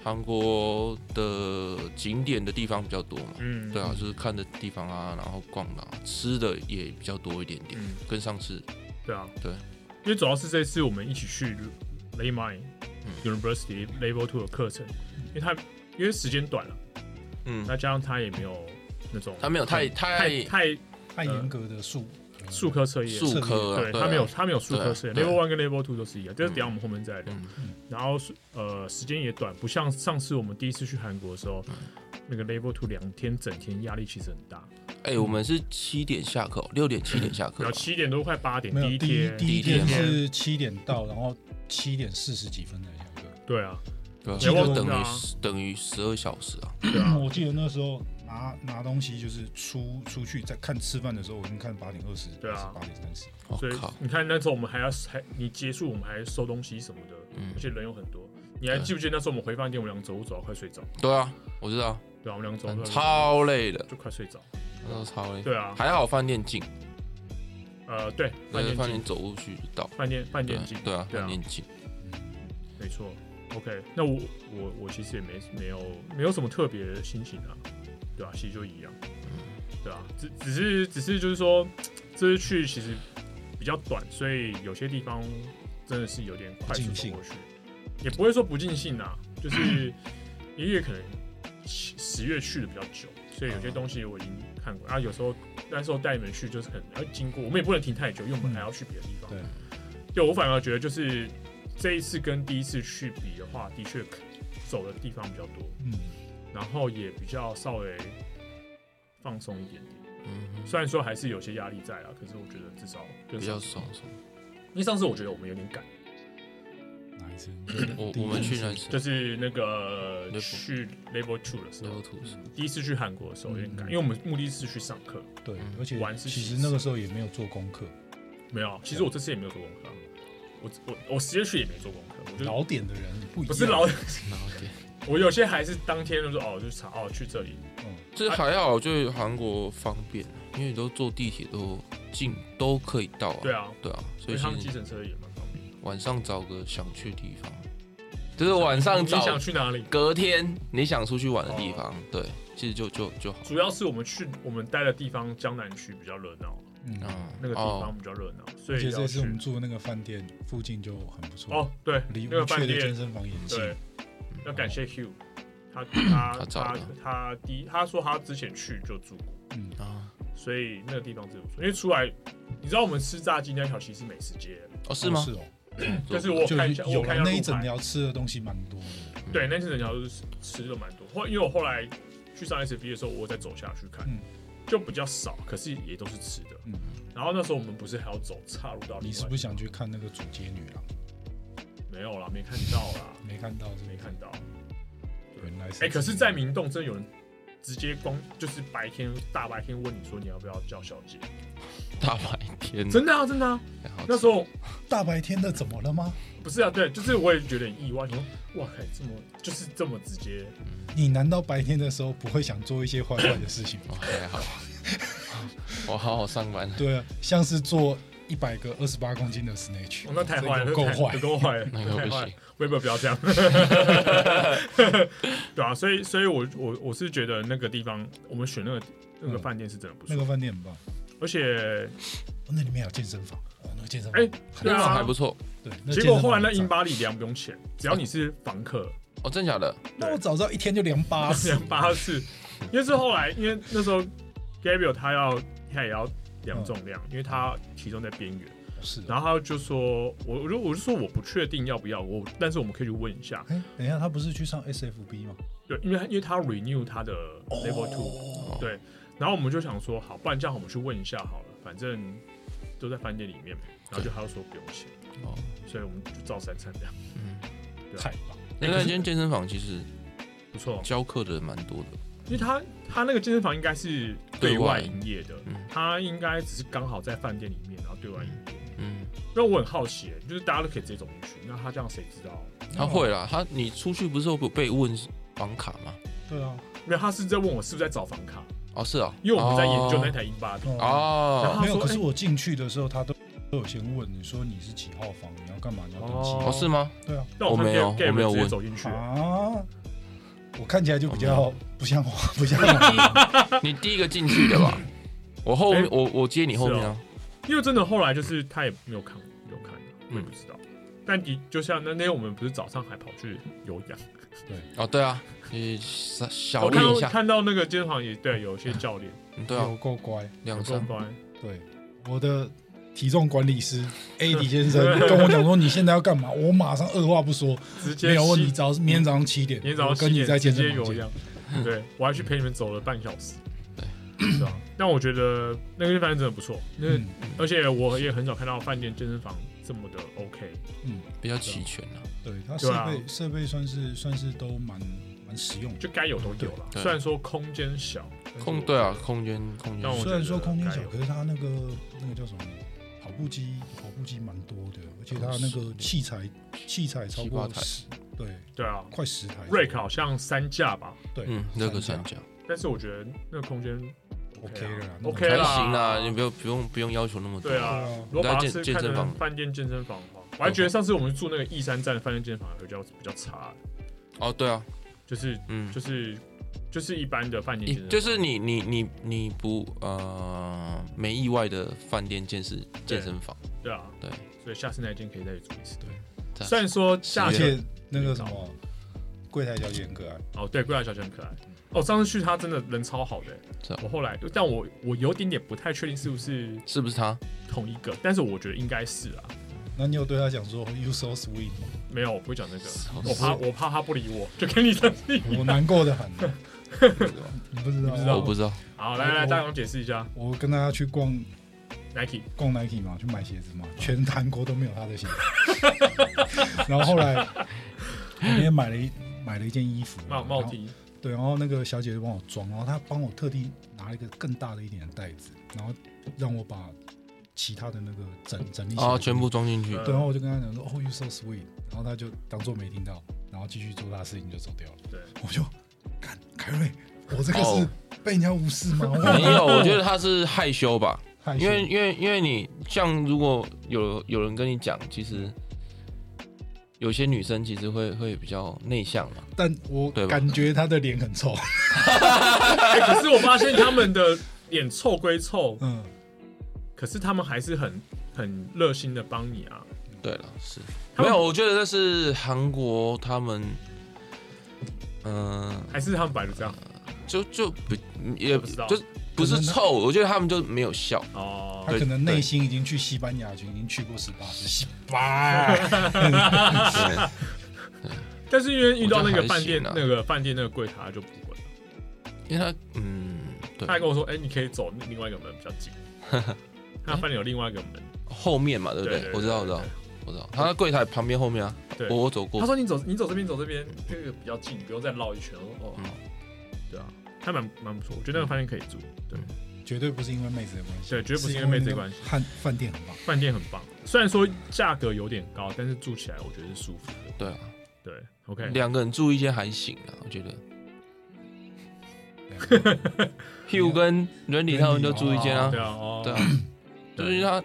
[SPEAKER 3] 韩国的景点的地方比较多嘛，
[SPEAKER 1] 嗯，
[SPEAKER 3] 对啊，就是看的地方啊，然后逛的啊、吃的也比较多一点点，
[SPEAKER 1] 嗯，
[SPEAKER 3] 跟上次
[SPEAKER 1] 对啊，
[SPEAKER 3] 对，
[SPEAKER 1] 因为主要是这次我们一起去 Lay My
[SPEAKER 3] 嗯
[SPEAKER 1] University Level Two 的课程，因为它因为时间短了，
[SPEAKER 3] 嗯，
[SPEAKER 1] 那加上它也没有那种
[SPEAKER 3] 他没有太
[SPEAKER 1] 太
[SPEAKER 3] 太
[SPEAKER 1] 太
[SPEAKER 2] 太严格的数
[SPEAKER 1] 术科测验，
[SPEAKER 3] 术科啊，
[SPEAKER 1] 对，
[SPEAKER 3] 对
[SPEAKER 1] 它
[SPEAKER 3] 啊
[SPEAKER 1] 没有它没有术科测验
[SPEAKER 3] 对啊
[SPEAKER 1] ，Level
[SPEAKER 3] 对
[SPEAKER 1] One 跟 Level Two 都是一样，这是等一下我们后面再聊。
[SPEAKER 3] 嗯
[SPEAKER 1] 然后是呃时间也短，不像上次我们第一次去韩国的时候，
[SPEAKER 3] 嗯
[SPEAKER 1] 那个 Level Two 两天整天压力其实很大，
[SPEAKER 3] 哎，我们是七点下课哦，六点七点下课
[SPEAKER 1] 然
[SPEAKER 3] 哦
[SPEAKER 1] 后，七点多快八点，
[SPEAKER 2] 没有
[SPEAKER 1] 一
[SPEAKER 2] 第一
[SPEAKER 1] 天，
[SPEAKER 2] 第一
[SPEAKER 3] 第一
[SPEAKER 2] 天
[SPEAKER 3] 天
[SPEAKER 2] 是七点到，然后七点四十几分才下课。
[SPEAKER 1] 对啊，
[SPEAKER 3] 对啊
[SPEAKER 2] 记得
[SPEAKER 3] 就等
[SPEAKER 1] 啊
[SPEAKER 3] 于十等于十二小时啊，
[SPEAKER 1] 对啊，
[SPEAKER 2] 我记得那时候拿拿东西就是出出去，在看吃饭的时候，我已经看八点二十，
[SPEAKER 1] 对啊
[SPEAKER 2] 八点三十。
[SPEAKER 3] 我
[SPEAKER 1] 所以
[SPEAKER 3] 哦靠，
[SPEAKER 1] 你看那时候我们还要还你结束我们还收东西什么的，
[SPEAKER 3] 嗯
[SPEAKER 1] 而且人有很多。你还记不记得那时候我们回饭店，我们俩走路走到快睡着，
[SPEAKER 3] 对啊，我知道。
[SPEAKER 1] 对啊，我们俩走
[SPEAKER 3] 嗯
[SPEAKER 1] 路
[SPEAKER 3] 超累的，
[SPEAKER 1] 就快睡着，
[SPEAKER 3] 那时候超累。
[SPEAKER 1] 对啊，
[SPEAKER 3] 还好饭店近，
[SPEAKER 1] 呃，对，饭
[SPEAKER 3] 对，
[SPEAKER 1] 店
[SPEAKER 3] 饭
[SPEAKER 1] 近
[SPEAKER 3] 店，走路去就到。
[SPEAKER 1] 饭店饭
[SPEAKER 3] 对
[SPEAKER 1] 店
[SPEAKER 3] 啊
[SPEAKER 1] 近，
[SPEAKER 3] 对啊，
[SPEAKER 1] 对
[SPEAKER 3] 饭
[SPEAKER 1] 啊，
[SPEAKER 3] 店近。
[SPEAKER 1] 没错。OK，那我我我其实也没没有没有什么特别的心情啊，对啊，其实就一样，对啊，只只是只是就是说，这次去其实比较短，所以有些地方真的是有点快速
[SPEAKER 2] 不尽
[SPEAKER 1] 走
[SPEAKER 2] 兴
[SPEAKER 1] 过去，也不会说不尽兴啊，就是 因为可能十十月去的比较久，所以有些东西我已经看过啊，有时候那时候带你们去就是可能要经过，我们也不能停太久，因为我们还要去别的地方。
[SPEAKER 2] 对
[SPEAKER 1] 对，我反而觉得就是这一次跟第一次去比的话，的确走的地方比较多，
[SPEAKER 2] 嗯，
[SPEAKER 1] 然后也比较稍微放松一点点。
[SPEAKER 3] 嗯，
[SPEAKER 1] 虽然说还是有些压力在啊，可是我觉得至少跟
[SPEAKER 3] 比
[SPEAKER 1] 上
[SPEAKER 3] 较
[SPEAKER 1] 次
[SPEAKER 3] 松松。
[SPEAKER 1] 因为上次我觉得我们有点赶，
[SPEAKER 2] 哪一次？
[SPEAKER 3] 我我们去那次
[SPEAKER 1] 嗯就是那个
[SPEAKER 3] Level
[SPEAKER 1] 去 Level Two 的时
[SPEAKER 3] 流
[SPEAKER 1] 候，
[SPEAKER 3] 图是，
[SPEAKER 1] 第一次去韩国的时候有点赶，因
[SPEAKER 2] 嗯
[SPEAKER 1] 为我们目的是去上课，
[SPEAKER 2] 对
[SPEAKER 3] 嗯，
[SPEAKER 2] 而且
[SPEAKER 1] 玩是
[SPEAKER 2] 其
[SPEAKER 1] 其
[SPEAKER 2] 实
[SPEAKER 1] 次
[SPEAKER 2] 那个时候也没有做功课，
[SPEAKER 1] 没有啊。其实我这次也没有做功课啊，我我我十月去也没做功课，我就
[SPEAKER 2] 老点的人不一样
[SPEAKER 1] 不是老，
[SPEAKER 3] 然后对
[SPEAKER 1] 我有些还是当天就说哦，就查哦去这里，
[SPEAKER 2] 嗯
[SPEAKER 3] 这还好，就是韩国方便，因为你都坐地铁都近，都可以到啊。
[SPEAKER 1] 对啊，
[SPEAKER 3] 对啊，
[SPEAKER 1] 所
[SPEAKER 3] 所
[SPEAKER 1] 以
[SPEAKER 3] 以
[SPEAKER 1] 他们
[SPEAKER 3] 其
[SPEAKER 1] 计
[SPEAKER 3] 实
[SPEAKER 1] 程车也蛮方便的。
[SPEAKER 3] 晚上找个想去的地方，就是晚上
[SPEAKER 1] 你
[SPEAKER 3] 找
[SPEAKER 1] 想去哪里？
[SPEAKER 3] 隔天你想出去玩的地
[SPEAKER 1] 哦
[SPEAKER 3] 方，对，其实就就就好。
[SPEAKER 1] 主要是我们去我们待的地方江南区比较热闹，
[SPEAKER 2] 嗯
[SPEAKER 3] 嗯，
[SPEAKER 1] 那个地
[SPEAKER 3] 哦
[SPEAKER 1] 方比较热闹，所
[SPEAKER 2] 而且
[SPEAKER 1] 以
[SPEAKER 2] 这
[SPEAKER 1] 要
[SPEAKER 2] 次
[SPEAKER 1] 去
[SPEAKER 2] 我们住的那个饭店附近就很不错
[SPEAKER 1] 哦，，对，
[SPEAKER 2] 离
[SPEAKER 1] 那
[SPEAKER 2] 无
[SPEAKER 1] 个饭
[SPEAKER 2] 缺的
[SPEAKER 1] 店
[SPEAKER 2] 健身房也近。
[SPEAKER 1] 对，要感谢 Hugh，他 他
[SPEAKER 3] 他找
[SPEAKER 1] 他
[SPEAKER 3] 的
[SPEAKER 1] 他第一他说他之前去就住过，
[SPEAKER 3] 啊，
[SPEAKER 1] 所以那个地方真的不错。因为出来，你知道我们吃炸鸡那条其实是美食街，
[SPEAKER 3] 哦是吗
[SPEAKER 2] 是？哦，
[SPEAKER 1] 就是我
[SPEAKER 2] 就
[SPEAKER 1] 看一下，
[SPEAKER 2] 有
[SPEAKER 1] 我
[SPEAKER 2] 了
[SPEAKER 1] 看一下
[SPEAKER 2] 那
[SPEAKER 1] 路
[SPEAKER 2] 一
[SPEAKER 1] 牌
[SPEAKER 2] 整条吃的东西蛮多的。
[SPEAKER 1] 对，那次整条都是吃的蛮多。后因为我后来去上 SB 的时候，我再走下去看，
[SPEAKER 2] 嗯
[SPEAKER 1] 就比较少，可是也都是吃的。
[SPEAKER 2] 嗯
[SPEAKER 1] 然后那时候我们不是还要走岔路到另外一
[SPEAKER 2] 你是不是想去看那个主街女郎？
[SPEAKER 1] 没有啦，没看到啦，
[SPEAKER 2] 没看到是不是
[SPEAKER 1] 没看到。
[SPEAKER 2] 原来是
[SPEAKER 1] 哎、可是，在明洞真的有人直接光就是白天大白天问你说你要不要叫小姐，
[SPEAKER 2] 嗯
[SPEAKER 3] 大白天
[SPEAKER 1] 真的啊，真的啊。
[SPEAKER 3] 还好吃
[SPEAKER 1] 那时候
[SPEAKER 2] 大白天的怎么了吗？
[SPEAKER 1] 不是啊，对，就是我也觉得很意外，你说哇塞，这么就是这么直接，
[SPEAKER 2] 你难道白天的时候不会想做一些坏坏的事情吗？
[SPEAKER 3] 哦还好， 我好好上班，
[SPEAKER 2] 对啊，像是做一百个二十八公斤的 snatch，
[SPEAKER 1] 哦、那太坏了，
[SPEAKER 2] 这个够
[SPEAKER 1] 太
[SPEAKER 2] 坏。
[SPEAKER 1] 够 坏了，
[SPEAKER 3] 那个
[SPEAKER 1] 太
[SPEAKER 3] 不
[SPEAKER 1] 坏了
[SPEAKER 3] 行。
[SPEAKER 1] 微博不要这样， 对啊，所以所以我我我是觉得那个地方，我们选那个那个
[SPEAKER 2] 嗯
[SPEAKER 1] 饭店是真的不错，
[SPEAKER 2] 那个饭店很棒，哦
[SPEAKER 1] 而且
[SPEAKER 2] 那里面有健身房，哦，那个健身房
[SPEAKER 1] 哎、
[SPEAKER 2] 很
[SPEAKER 1] 对
[SPEAKER 3] 那种还
[SPEAKER 1] 啊
[SPEAKER 3] 不，错
[SPEAKER 2] 对。那
[SPEAKER 1] 结
[SPEAKER 2] 健身
[SPEAKER 1] 果
[SPEAKER 2] 房
[SPEAKER 1] 后来那
[SPEAKER 2] 很
[SPEAKER 1] 英
[SPEAKER 2] 赞，
[SPEAKER 1] 巴里啊量不用钱，只要你是房客，
[SPEAKER 3] 哦，真假的？
[SPEAKER 2] 那我早知道一天就量八十，
[SPEAKER 1] 量八次，因为是后来因为那时候 Gabriel 他要他也要量重量，
[SPEAKER 2] 嗯
[SPEAKER 1] 因为他体重在边缘。
[SPEAKER 2] 是啊的。
[SPEAKER 1] 然后他就说，我我就我就说我不确定要不要我，但是我们可以去问一下，
[SPEAKER 2] 哎，等一下，他不是去上 SFB 吗？
[SPEAKER 1] 对，因为他因为他 renew 他的
[SPEAKER 3] 哦
[SPEAKER 1] level two，、对，然后我们就想说，好，不然这样我们去问一下好了，反正都在饭店里面，然后就他就说不用钱，
[SPEAKER 3] 哦，
[SPEAKER 1] 所以我们就照三餐这样，
[SPEAKER 3] 嗯，
[SPEAKER 1] 对啊
[SPEAKER 2] 太棒了！
[SPEAKER 3] 那那间健身房其实
[SPEAKER 1] 不错，哦
[SPEAKER 3] 教课的人蛮多的，
[SPEAKER 1] 因为他他那个健身房应该是对
[SPEAKER 3] 对
[SPEAKER 1] 外
[SPEAKER 3] 外
[SPEAKER 1] 营业的
[SPEAKER 3] 嗯，
[SPEAKER 1] 他应该只是刚好在饭店里面，然后对外营业。
[SPEAKER 3] 嗯，
[SPEAKER 1] 那我很好奇、欸就是大家都可以直接走进去，那他这样谁知道？
[SPEAKER 3] 他会啦，他你出去不是有被问房卡吗？
[SPEAKER 2] 对啊，
[SPEAKER 1] 没有，他是在问我是不是在找房卡，
[SPEAKER 3] 哦，是啊，
[SPEAKER 1] 因为我们在研究那台英巴迪。
[SPEAKER 2] 哦，
[SPEAKER 1] 然
[SPEAKER 3] 哦
[SPEAKER 1] 后
[SPEAKER 2] 没有。
[SPEAKER 1] 啊他说哎
[SPEAKER 2] 可是我进去的时候，他都都有先问你说你是几号房，你要干嘛，你要登
[SPEAKER 1] 哦
[SPEAKER 3] 哦
[SPEAKER 2] 记。
[SPEAKER 3] 是吗？
[SPEAKER 2] 对啊，
[SPEAKER 1] 但我看
[SPEAKER 3] 我没有
[SPEAKER 1] Gab- Gab
[SPEAKER 3] 我没有
[SPEAKER 1] 直接
[SPEAKER 3] 问
[SPEAKER 1] 走进去了，
[SPEAKER 2] 啊，我看起来就比较
[SPEAKER 3] 哦
[SPEAKER 2] 不像话，不像话。
[SPEAKER 3] 你第一个进去的吧？我后面
[SPEAKER 1] 哎
[SPEAKER 3] 我我接你后面啊，
[SPEAKER 1] 因为真的后来就是他也没有看，没有看，
[SPEAKER 3] 嗯
[SPEAKER 1] 我也不知道。但的就像那那天我们不是早上还跑去有氧，
[SPEAKER 3] 哦对啊，你小小
[SPEAKER 1] 我看
[SPEAKER 3] 练
[SPEAKER 1] 到
[SPEAKER 3] 一下，
[SPEAKER 1] 看到那个健身房也对，有一些教练
[SPEAKER 3] 嗯对啊
[SPEAKER 2] 有，够乖。
[SPEAKER 3] 两
[SPEAKER 1] 公
[SPEAKER 3] 三
[SPEAKER 1] 关，
[SPEAKER 2] 对，我的体重管 理师 A 李先生跟我讲说你现在要干嘛，我马上二话不说，
[SPEAKER 1] 直接
[SPEAKER 2] 没有问
[SPEAKER 1] 吸
[SPEAKER 2] 题，只要是明天早上七点，
[SPEAKER 1] 今天早上
[SPEAKER 2] 我跟你在
[SPEAKER 1] 直
[SPEAKER 2] 健
[SPEAKER 1] 接
[SPEAKER 2] 身
[SPEAKER 1] 有
[SPEAKER 2] 房
[SPEAKER 1] 一
[SPEAKER 2] 见。
[SPEAKER 1] 样，对我还去陪你们走了半小时，对，是啊。但我觉得那个饭店真的不错，那
[SPEAKER 2] 嗯，
[SPEAKER 1] 而且我也很少看到饭店健身房这么的 OK，
[SPEAKER 3] 比较齐全啊，
[SPEAKER 2] 对，他
[SPEAKER 1] 对
[SPEAKER 2] 设
[SPEAKER 1] 啊
[SPEAKER 2] 备设备算是算是都蛮蛮实用的。
[SPEAKER 1] 就该有都有啦。
[SPEAKER 3] 对
[SPEAKER 1] 虽然说空间小，但是
[SPEAKER 3] 空
[SPEAKER 1] 我
[SPEAKER 3] 对啊，空间
[SPEAKER 1] 但
[SPEAKER 3] 空间
[SPEAKER 1] 我
[SPEAKER 2] 虽然说空间
[SPEAKER 1] 该
[SPEAKER 2] 小，
[SPEAKER 1] 有
[SPEAKER 2] 可是它那个那个叫什么跑步机，跑步机蛮多的，而且它那
[SPEAKER 1] 哦
[SPEAKER 2] 个器材器材超过
[SPEAKER 3] 七八台
[SPEAKER 2] 十，对，
[SPEAKER 1] 对啊
[SPEAKER 2] 快十台。
[SPEAKER 1] ，Rake 好像三架吧，
[SPEAKER 2] 对，
[SPEAKER 3] 嗯，那个
[SPEAKER 2] 三
[SPEAKER 3] 三
[SPEAKER 2] 架
[SPEAKER 3] 角
[SPEAKER 1] 但是我觉得那个空间
[SPEAKER 2] OK 了啦
[SPEAKER 1] OK
[SPEAKER 3] 还
[SPEAKER 1] 啦，
[SPEAKER 3] 行啦，你不要不用不用要求那么多
[SPEAKER 1] 对，啊
[SPEAKER 2] 对啊，
[SPEAKER 1] 如果把它
[SPEAKER 3] 你在
[SPEAKER 1] 是
[SPEAKER 3] 健
[SPEAKER 1] 看
[SPEAKER 3] 健身
[SPEAKER 1] 成
[SPEAKER 3] 房
[SPEAKER 1] 饭店健身房的话，我还觉得上次我们住那个义山站的饭店健身房比较比较差，
[SPEAKER 3] 哦对啊，
[SPEAKER 1] 就是
[SPEAKER 3] 嗯
[SPEAKER 1] 就，是就是一般的饭店
[SPEAKER 3] 一
[SPEAKER 1] 健身房，
[SPEAKER 3] 就是你你你你不呃没意外的饭店健身健身房，
[SPEAKER 1] 对啊，
[SPEAKER 3] 对，
[SPEAKER 1] 所以下次那一间可以再去住一次。
[SPEAKER 3] 对
[SPEAKER 1] 虽然说
[SPEAKER 2] 而
[SPEAKER 1] 价
[SPEAKER 3] 是
[SPEAKER 1] 钱
[SPEAKER 2] 且那个什么柜台小姐很可爱，
[SPEAKER 1] 哦，对，贵来小姐很可爱。哦，上次去她真的人超好的、
[SPEAKER 3] 嗯
[SPEAKER 1] 欸
[SPEAKER 3] 是啊
[SPEAKER 1] 我后来，但我我有点点不太确定是不是
[SPEAKER 3] 是不是他？
[SPEAKER 1] 同一个，但是我觉得应该是啊。
[SPEAKER 2] 那你有对她讲说 “You so sweet”，吗
[SPEAKER 1] 没有，我不会讲这个，
[SPEAKER 3] 死
[SPEAKER 1] 我怕我怕她不理我，就给你 生气。
[SPEAKER 2] 我难过的 很。你不知道？
[SPEAKER 1] 你不知道
[SPEAKER 3] 我不知道，
[SPEAKER 1] 好，来来，
[SPEAKER 2] 我
[SPEAKER 1] 大勇解释一下
[SPEAKER 2] 我跟大家去逛
[SPEAKER 1] Nike。
[SPEAKER 2] 逛 Nike 嘛，去买鞋子嘛，全韩国都没有他的鞋子。 然后后来我那天买了一买了一件衣服，
[SPEAKER 1] 帽帽，T，
[SPEAKER 2] 对，然后那个小姐就帮我装，然后她帮我特地拿了一个更大的一点的袋子，然后让我把其他的那个整整理起来
[SPEAKER 3] 啊，全部。装进去
[SPEAKER 1] 嗯，
[SPEAKER 2] 对，然后我就跟她讲说，Oh, you so sweet，然后她就当做没听到，然后继续做她的事情就走掉了。
[SPEAKER 1] 对，
[SPEAKER 2] 我就看凯瑞，我这个是
[SPEAKER 3] 哦
[SPEAKER 2] 被人家无视吗？我
[SPEAKER 3] 没有，我觉得他是害羞吧，
[SPEAKER 2] 害羞
[SPEAKER 3] 因为因为因为你像如果有有人跟你讲，其实有些女生其实会会比较内向嘛，
[SPEAKER 2] 但我
[SPEAKER 3] 对吧
[SPEAKER 2] 感觉她的脸很臭，
[SPEAKER 1] 哎 可是我发现他们的脸臭归臭，
[SPEAKER 2] 嗯。
[SPEAKER 1] 可是他们还是很很热心的帮你啊。
[SPEAKER 3] 对了，是
[SPEAKER 1] 他
[SPEAKER 3] 没
[SPEAKER 1] 们
[SPEAKER 3] 有，我觉得这是韩国他们，嗯、
[SPEAKER 1] 还是他们摆的这样
[SPEAKER 3] 就就不也
[SPEAKER 1] 我不知道
[SPEAKER 3] 就不是
[SPEAKER 2] 可能他
[SPEAKER 3] 臭，我觉得他们就没有笑，
[SPEAKER 1] 哦
[SPEAKER 2] 他。可能内心已经去西班牙去，已经去过十八次西班牙。
[SPEAKER 1] 但是因为遇到那个
[SPEAKER 3] 我觉得还
[SPEAKER 1] 饭店
[SPEAKER 3] 行啊
[SPEAKER 1] 那个饭店那个柜台就不会了。
[SPEAKER 3] 因为他嗯，对
[SPEAKER 1] 他还跟我说，哎、你可以走另外一个门比较 近，他饭店有另外一个门，
[SPEAKER 3] 后面嘛，对不
[SPEAKER 1] 对
[SPEAKER 3] 对？我知道，我知道，我知道，他在柜台旁边后面啊，
[SPEAKER 1] 对
[SPEAKER 3] 我我走过
[SPEAKER 1] 他，说你走，你走这边，走这边，这个比较近，不用再绕一圈。我说哦，
[SPEAKER 3] 嗯嗯
[SPEAKER 1] 好，对啊，还蛮蛮不错，我觉得那个饭店可以住，
[SPEAKER 2] 绝对不是因为妹子的关系，
[SPEAKER 1] 对，绝对不是因为妹子的关系，
[SPEAKER 2] 汉饭店很棒，
[SPEAKER 1] 饭店很棒，虽然说价格有点高，但是住起来我觉得是舒服的。
[SPEAKER 3] 对啊，
[SPEAKER 1] 对，OK，
[SPEAKER 3] 两个人住一间还行啊，我觉得。
[SPEAKER 2] 两个
[SPEAKER 3] Hugh 跟伦理他们就住一间啊
[SPEAKER 1] 对，啊，哦，
[SPEAKER 3] 对啊，就是因为他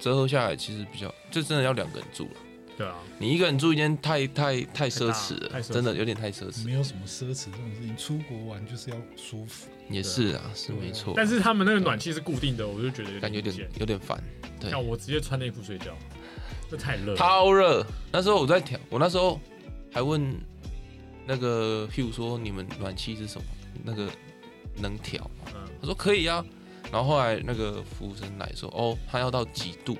[SPEAKER 3] 折合下来其实比较，这真的要两个人住了。
[SPEAKER 1] 对啊，
[SPEAKER 3] 你一个人住一间太太太奢侈
[SPEAKER 1] 太大
[SPEAKER 3] 了，
[SPEAKER 1] 太奢侈嗯
[SPEAKER 3] 真的有点太奢 侈。
[SPEAKER 2] 没有什么奢侈这种事情，出国玩就是要舒服，
[SPEAKER 3] 也是啊，是没错，
[SPEAKER 1] 但是他们那个暖气是固定的，我就觉得有
[SPEAKER 3] 感
[SPEAKER 1] 点
[SPEAKER 3] 觉有
[SPEAKER 1] 意见
[SPEAKER 3] 点有点烦。对
[SPEAKER 1] 像我直接穿内裤睡觉，这太热了。
[SPEAKER 3] 超热。那时候我在调，我那时候还问那个 Hugh 说：“你们暖气是什么？那个能调吗
[SPEAKER 1] 嗯？”
[SPEAKER 3] 他说：“可以啊。”然后后来那个服务生来说：“哦，他要到几度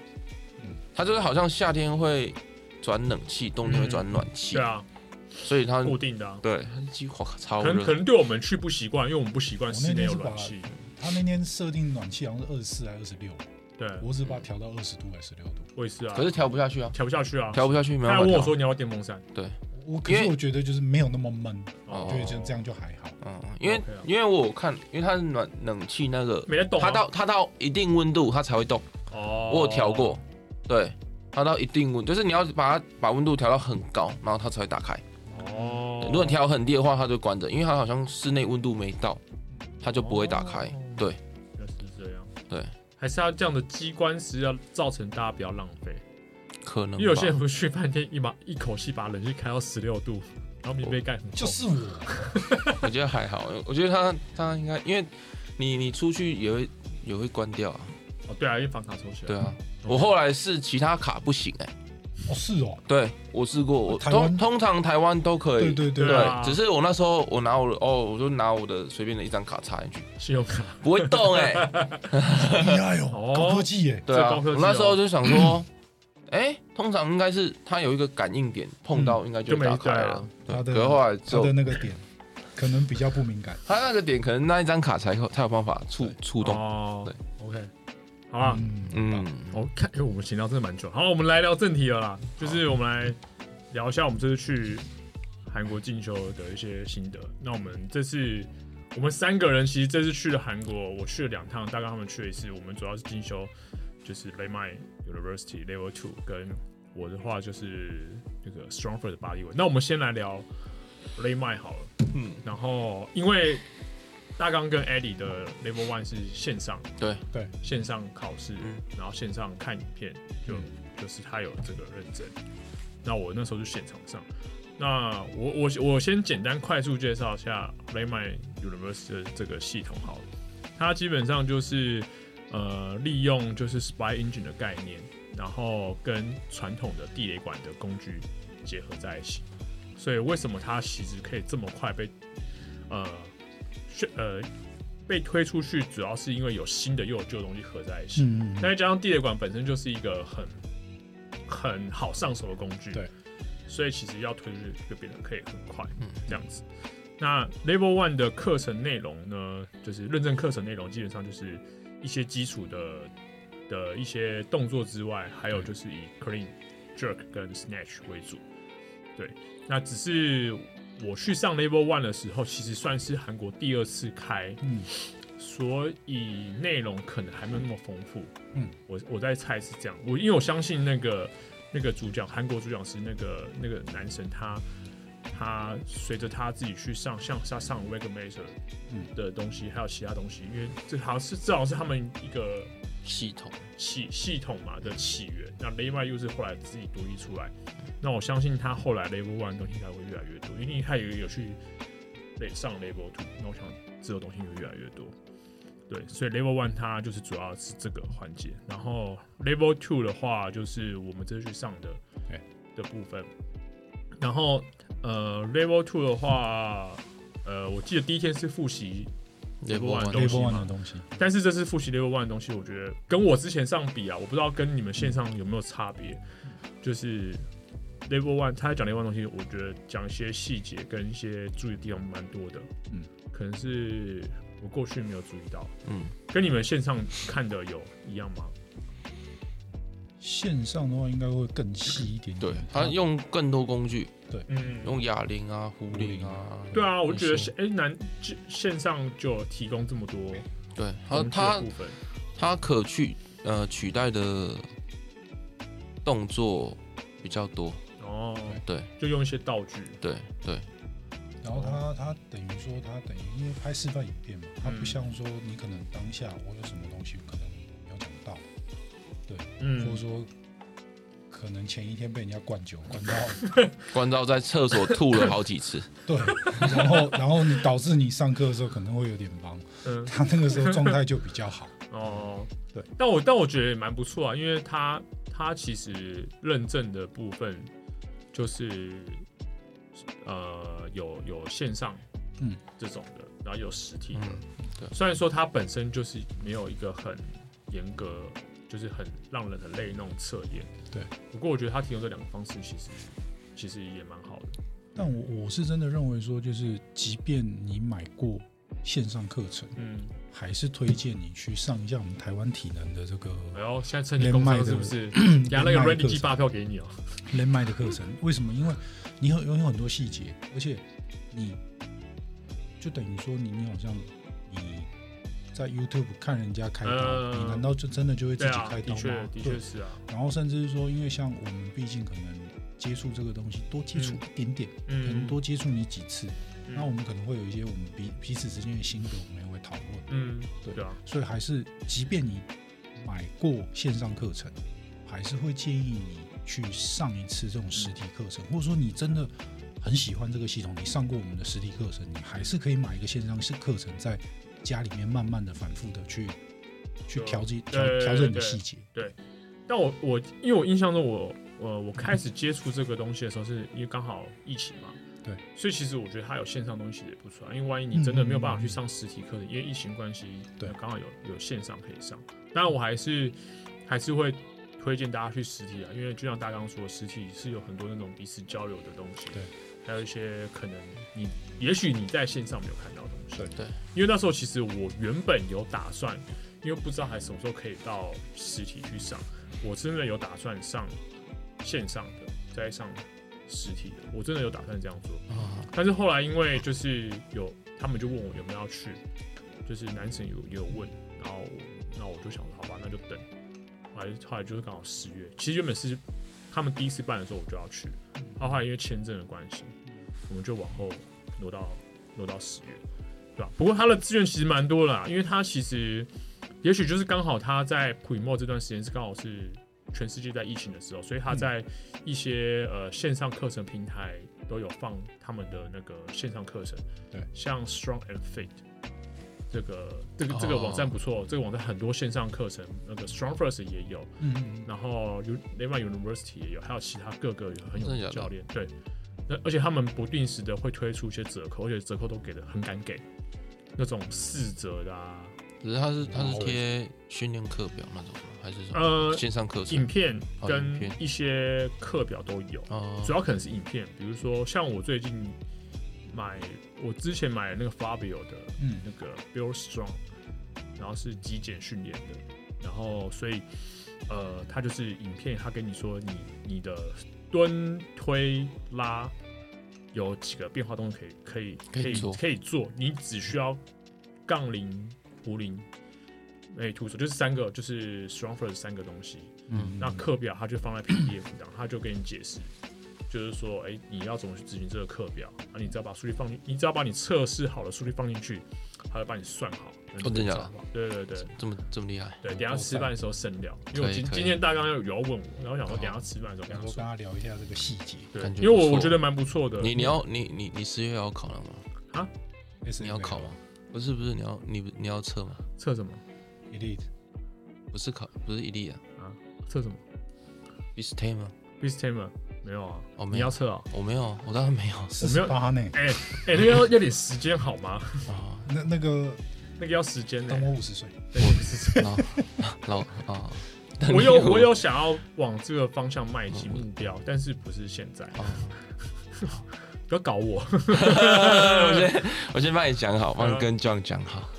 [SPEAKER 2] 嗯？
[SPEAKER 3] 他就是好像夏天会转冷气，冬天会转暖气
[SPEAKER 1] 对，啊，
[SPEAKER 3] 所以他
[SPEAKER 1] 固定的啊，
[SPEAKER 3] 对啊他几乎超
[SPEAKER 1] 可能可
[SPEAKER 3] 热。
[SPEAKER 1] 能对我们去不习惯，因为我们不习惯
[SPEAKER 2] 我
[SPEAKER 1] 室
[SPEAKER 2] 那
[SPEAKER 1] 内
[SPEAKER 2] 天
[SPEAKER 1] 有
[SPEAKER 2] 是
[SPEAKER 1] 暖
[SPEAKER 2] 把
[SPEAKER 1] 气。
[SPEAKER 2] 他那天设定暖气好像是二十四还是二十六，
[SPEAKER 1] 对，
[SPEAKER 2] 我只把它调到二十度还是十六度。
[SPEAKER 1] 我也是啊，
[SPEAKER 3] 可是调不下去啊，
[SPEAKER 1] 调不下去啊。
[SPEAKER 3] 调不下去没
[SPEAKER 1] 他
[SPEAKER 3] 办
[SPEAKER 1] 还
[SPEAKER 3] 法
[SPEAKER 1] 问我
[SPEAKER 3] 调。
[SPEAKER 1] 说你要不要电风扇，
[SPEAKER 2] 我可
[SPEAKER 3] 因
[SPEAKER 2] 是
[SPEAKER 3] 为
[SPEAKER 2] 我觉得就是没有那么闷，
[SPEAKER 3] 哦
[SPEAKER 2] 我觉得就这样就还好。
[SPEAKER 3] 嗯，因为
[SPEAKER 1] OK 啊
[SPEAKER 3] 因为我有看，因为它是暖冷气那个，
[SPEAKER 1] 没得动啊。
[SPEAKER 3] 它到它到一定温度它才会动。
[SPEAKER 1] 哦，
[SPEAKER 3] 我有调过，对，它到一定温，就是你要把它把温度调到很高，然后它才会打开。
[SPEAKER 1] 哦
[SPEAKER 3] 对，如果你调很低的话，它就关着，因为它好像室内温度没到，它就不会打开。
[SPEAKER 1] 哦
[SPEAKER 3] 对，
[SPEAKER 1] 原来是这样。
[SPEAKER 3] 对，
[SPEAKER 1] 还是要这样的机关是要造成大家不要浪费，
[SPEAKER 3] 可能
[SPEAKER 1] 因为有些人
[SPEAKER 3] 吧
[SPEAKER 1] 不去饭店一把一口气把冷气开到十六度，然后棉被盖很厚
[SPEAKER 2] 就是我，
[SPEAKER 3] 我觉得还好，我觉得它它应该，因为你你出去也会也会关掉啊。
[SPEAKER 1] 哦，对啊，因为房卡抽起来。
[SPEAKER 3] 对啊，
[SPEAKER 1] 嗯
[SPEAKER 3] 我后来试其他卡不行哎、
[SPEAKER 2] 哦是哦，
[SPEAKER 3] 对我试过，我
[SPEAKER 2] 台湾
[SPEAKER 3] 通通常台湾都可以
[SPEAKER 2] 对。对对
[SPEAKER 1] 对啊
[SPEAKER 3] 只是我那时候我拿我的哦，我就拿我的随便的一张卡插进去，
[SPEAKER 1] 信用卡
[SPEAKER 3] 不会动 哎、
[SPEAKER 2] 厉害哦
[SPEAKER 1] 哦，
[SPEAKER 2] 高科技耶，
[SPEAKER 3] 对啊，
[SPEAKER 1] 这高科
[SPEAKER 3] 我
[SPEAKER 1] 技哦
[SPEAKER 3] 那时候就想说，哎、通常应该是它有一个感应点，碰到应该就
[SPEAKER 1] 就没
[SPEAKER 3] 打开
[SPEAKER 1] 对啊
[SPEAKER 3] 了。
[SPEAKER 2] 它的
[SPEAKER 3] 对，可后来
[SPEAKER 2] 它
[SPEAKER 3] 就
[SPEAKER 2] 的那个点可能比较不敏感。
[SPEAKER 3] 它那个点，可能那一张卡才有才有办法触触动。
[SPEAKER 1] 哦
[SPEAKER 3] 对。
[SPEAKER 1] OK，好啊，
[SPEAKER 2] 嗯
[SPEAKER 3] 嗯，
[SPEAKER 1] 我看，哎，我们闲聊真的蛮久。好，我们来聊正题了啦，就是我们来聊一下我们这次去韩国进修的一些心得。那我们这次我们三个人其实这次去了韩国，我去了两趟，大概他们去了一次。我们主要是进修，就是 l e m y University Level Two，跟我的话就是那个 Strongford 的巴黎文。那我们先来聊 l e m y 好了，
[SPEAKER 3] 嗯，
[SPEAKER 1] 然后因为大纲跟 Eddie 的 Level One 是线上，
[SPEAKER 3] 对
[SPEAKER 2] 对，
[SPEAKER 1] 线上考试，
[SPEAKER 3] 嗯
[SPEAKER 1] 然后线上看影片，就、
[SPEAKER 2] 嗯
[SPEAKER 1] 就是他有这个认证。那我那时候就现场上。那我我我先简单快速介绍一下 l a y m y University 的这个系统好了，它基本上就是呃利用就是 Spy Engine 的概念，然后跟传统的地雷管的工具结合在一起。所以为什么它其实可以这么快被呃宣呃被推出去，主要是因为有新的又有旧的东西合在一起。
[SPEAKER 2] 嗯嗯
[SPEAKER 1] 那再加上地雷管本身就是一个很很好上手的工具，
[SPEAKER 2] 对，
[SPEAKER 1] 所以其实要推出去就变得可以很快，
[SPEAKER 3] 嗯
[SPEAKER 1] 这样子。那 Level One 的课程内容呢，就是认证课程内容，基本上就是一些基础的的一些动作之外，还有就是以 Clean、Jerk 跟 Snatch 为主。对，那只是我去上 Level One 的时候，其实算是韩国第二次开，
[SPEAKER 2] 嗯，
[SPEAKER 1] 所以内容可能还没有那么丰富。
[SPEAKER 2] 嗯，
[SPEAKER 1] 我我在猜是这样，我因为我相信那个那个主讲韩国主讲师那个那个男神他。他随着他自己去上，像他上 w a g m a s e r
[SPEAKER 2] 嗯
[SPEAKER 1] 的东西，还有其他东西，因为这好像是至少是他们一个
[SPEAKER 3] 系统
[SPEAKER 1] 系系统嘛的起源。那 l e v i 又是后来自己独立出来，那我相信他后来 Level One 的东西还会越来越多，因为他有有去上 Level Two，那我想这个东西会越来越多。对，所以 Level One 它就是主要是这个环节，然后 Level Two 的话就是我们这次去上的
[SPEAKER 2] 对
[SPEAKER 1] 的部分，然后呃 Level Two 的话，呃我记得第一天是复习 Level One
[SPEAKER 2] 那
[SPEAKER 3] One
[SPEAKER 1] 东
[SPEAKER 2] 一
[SPEAKER 1] 西
[SPEAKER 2] 波
[SPEAKER 1] 嘛
[SPEAKER 2] 玩的东西，
[SPEAKER 1] 但是这次复习 Level One 的东西，我觉得跟我之前上比啊，我不知道跟你们线上有没有差别。就是 Level One，他在讲 Level One 的东西，我觉得讲一些细节跟一些注意的地方蛮多的。
[SPEAKER 2] 嗯，
[SPEAKER 1] 可能是我过去没有注意到，
[SPEAKER 3] 嗯，
[SPEAKER 1] 跟你们线上看的有一样吗？
[SPEAKER 2] 线上的话应该会更细一点
[SPEAKER 3] 对
[SPEAKER 2] 点，
[SPEAKER 3] 他用更多工具，
[SPEAKER 1] 嗯，
[SPEAKER 3] 用哑铃啊、壶铃啊，
[SPEAKER 1] 对啊，我觉得
[SPEAKER 3] 那些
[SPEAKER 1] 线哎、南线线上就有提供这么多
[SPEAKER 3] 对，他
[SPEAKER 1] 工具的
[SPEAKER 3] 他
[SPEAKER 1] 部分，
[SPEAKER 3] 它可去呃取代的动作比较多，
[SPEAKER 1] 哦，
[SPEAKER 3] 对，
[SPEAKER 1] 就用一些道具，
[SPEAKER 3] 对对，
[SPEAKER 2] 然后他他等于说他等于因为拍示范影片嘛，他
[SPEAKER 1] 嗯
[SPEAKER 2] 不像说你可能当下我有什么东西可能没有讲到，或者
[SPEAKER 1] 嗯，
[SPEAKER 2] 说可能前一天被人家灌酒灌到
[SPEAKER 3] 关照在厕所吐了好 几次，
[SPEAKER 2] 对，然后然后你导致你上课的时候可能会有点忙，
[SPEAKER 1] 嗯，
[SPEAKER 2] 他那个时候状态就比较好。
[SPEAKER 1] 哦，
[SPEAKER 2] 对，
[SPEAKER 1] 但我但我觉得也蛮不错啊，因为它它其实认证的部分就是呃有有线上
[SPEAKER 2] 嗯
[SPEAKER 1] 这种的，然后有实体的，
[SPEAKER 3] 嗯，
[SPEAKER 1] 虽然说它本身就是没有一个很严格，就是很让人很累那种测验，
[SPEAKER 2] 对，
[SPEAKER 1] 不过我觉得它提供这两个方式其实其实也蛮好的，
[SPEAKER 2] 但我我是真的认为说，就是即便你买过线上课程，
[SPEAKER 1] 嗯，
[SPEAKER 2] 还是推荐你去上一下我们台湾体能的这个
[SPEAKER 1] 哎呦，现在趁机工商是不 是？给他那个
[SPEAKER 2] 连麦
[SPEAKER 1] Randy
[SPEAKER 2] 课
[SPEAKER 1] 寄
[SPEAKER 2] 程
[SPEAKER 1] 发票给你哦、
[SPEAKER 2] 人脉的课程。为什么？因为你很有有很多细节，而且你就等于说你你好像你在 YouTube 看人家开刀，
[SPEAKER 1] 嗯
[SPEAKER 2] 你难道就真的就会自
[SPEAKER 1] 对
[SPEAKER 2] 己
[SPEAKER 1] 啊，
[SPEAKER 2] 开刀
[SPEAKER 1] 的
[SPEAKER 2] 吗？
[SPEAKER 1] 确的确
[SPEAKER 2] 对。
[SPEAKER 1] 是啊，
[SPEAKER 2] 然后甚至是说，因为像我们毕竟可能接触这个东西多接触
[SPEAKER 1] 嗯
[SPEAKER 2] 一点点，可
[SPEAKER 1] 嗯
[SPEAKER 2] 能，多接触你几次，
[SPEAKER 1] 嗯
[SPEAKER 2] 那我们可能会有一些我们彼彼此之间的心得，我们也会讨论。
[SPEAKER 1] 嗯，
[SPEAKER 2] 对
[SPEAKER 1] 对啊，
[SPEAKER 2] 所以还是，即便你买过线上课程，还是会建议你去上一次这种实体课程，或者说你真的很喜欢这个系统，你上过我们的实体课程，你还是可以买一个线上式课程，在家里面慢慢的、反复的去去
[SPEAKER 1] 对
[SPEAKER 2] 调节、
[SPEAKER 1] 对
[SPEAKER 2] 调
[SPEAKER 1] 对
[SPEAKER 2] 调整你
[SPEAKER 1] 对
[SPEAKER 2] 的细节。
[SPEAKER 1] 但我我因为我印象中我我我开始接触这个东西的时候，是因为刚好疫情嘛，
[SPEAKER 2] 对，
[SPEAKER 1] 所
[SPEAKER 2] 所
[SPEAKER 1] 以其实我觉得它有线上东西也不错啊，因为万一你真的没有办法去上实体课程，因为疫情关系，
[SPEAKER 2] 对
[SPEAKER 1] 刚好有有线上可以上，当然我还是还是会。推荐大家去实体啊，因为就像大刚说，实体是有很多那种彼此交流的东西，
[SPEAKER 2] 对，
[SPEAKER 1] 还有一些可能你也许你在线上没有看到的东西，
[SPEAKER 2] 对
[SPEAKER 3] 对，
[SPEAKER 1] 因为那时候其实我原本有打算，因为不知道还什么时候可以到实体去上，我真的有打算上线上的，再上实体的，我真的有打算这样做。
[SPEAKER 3] 啊，
[SPEAKER 1] 但是后来因为就是有他们就问我有没有要去，就是男神有也有问，然后那我就想说好吧，那就等。后来后来就是刚好十月，其实原本是他们第一次办的时候我就要去，然后后来因为签证的关系，我们就往后挪到挪到十月，对吧？不过他的资源其实蛮多啦，因为他其实也许就是刚好他在普里莫这段时间是刚好是全世界在疫情的时候，所以他在一些、呃线上课程平台都有放他们的那个线上课程，
[SPEAKER 2] 对，
[SPEAKER 1] 像 Strong and Fit。这个这个这个
[SPEAKER 3] 哦
[SPEAKER 1] 网站不错，这个网站很多线上课程，那个 Strong First 也有，
[SPEAKER 2] 嗯嗯，
[SPEAKER 1] 然后 U 雷曼 University 也有，还有其他各个很有
[SPEAKER 3] 真
[SPEAKER 1] 名
[SPEAKER 3] 的假的
[SPEAKER 1] 教练，对。那而且他们不定时的会推出一些折扣，而且折扣都给的很敢给，那种四折的啊，
[SPEAKER 3] 可是它是它是贴训练课表那种吗还是什么
[SPEAKER 1] 呃，
[SPEAKER 3] 线上课
[SPEAKER 1] 影
[SPEAKER 3] 程？
[SPEAKER 1] 片
[SPEAKER 3] 哦影
[SPEAKER 1] 跟
[SPEAKER 3] 片
[SPEAKER 1] 一些课表都有，
[SPEAKER 3] 哦
[SPEAKER 1] 主要可能是影片，比如说像我最近买，我之前买那个 Fabio 的
[SPEAKER 2] 嗯
[SPEAKER 1] 那个 Bill Strong，然后是极简训练的，然后所以呃，它就是影片，它跟你说你你的蹲、推、拉有几个变化动作可以可以
[SPEAKER 3] 可以做
[SPEAKER 1] 可以做，你只需要杠铃、壶铃、哎徒手，就是三个，就是 Strong First 三个东西，
[SPEAKER 3] 嗯
[SPEAKER 1] 那课表它就放在 PDF 档，它就给你解释，就是说，哎、你要怎么去执行这个课表啊？你只要把数据放进，你只要把你测试好的数据放进去，它就帮你算好。
[SPEAKER 3] 哦真的假的
[SPEAKER 1] 对对对
[SPEAKER 3] 这么这么厉害，
[SPEAKER 1] 对，等一下吃饭的时候剩料，因为我今
[SPEAKER 3] 可以可以
[SPEAKER 1] 今天大纲有有要问我，然后想说
[SPEAKER 3] 哦
[SPEAKER 1] 等一下吃饭的时候
[SPEAKER 2] 然
[SPEAKER 1] 跟他
[SPEAKER 2] 后跟
[SPEAKER 1] 说。
[SPEAKER 2] 他聊一下这个细节。
[SPEAKER 1] 对
[SPEAKER 3] 感，觉
[SPEAKER 1] 因为
[SPEAKER 3] 不
[SPEAKER 1] 我
[SPEAKER 3] 错
[SPEAKER 1] 我觉得蛮不错的。嗯
[SPEAKER 3] 你你要你你你十月要考了吗？你要
[SPEAKER 2] SFL
[SPEAKER 3] 考吗？不是不是，你要你你要测吗？
[SPEAKER 1] 测什么
[SPEAKER 2] ？Elite
[SPEAKER 3] 不是考不是一例啊
[SPEAKER 1] 啊？测什么
[SPEAKER 3] b i s t a 吗？
[SPEAKER 1] b i s t a m e r 没有啊？
[SPEAKER 3] 哦没
[SPEAKER 1] 你
[SPEAKER 3] 有
[SPEAKER 1] 要测啊？
[SPEAKER 3] 我没有，我当然没有
[SPEAKER 2] 四十八呢？
[SPEAKER 1] 哎哎，那个要要点时间好吗？
[SPEAKER 3] 啊。
[SPEAKER 2] 那那个
[SPEAKER 1] 那个要时间呢
[SPEAKER 2] 等。我五十岁，
[SPEAKER 1] 那个是
[SPEAKER 3] 老老啊，
[SPEAKER 1] 我有我有想要往这个方向迈进目标，但是不是现在，
[SPEAKER 3] 啊，
[SPEAKER 1] 不要搞我。
[SPEAKER 3] 我先我先帮你讲好，帮
[SPEAKER 1] 嗯
[SPEAKER 3] 跟 John 讲好。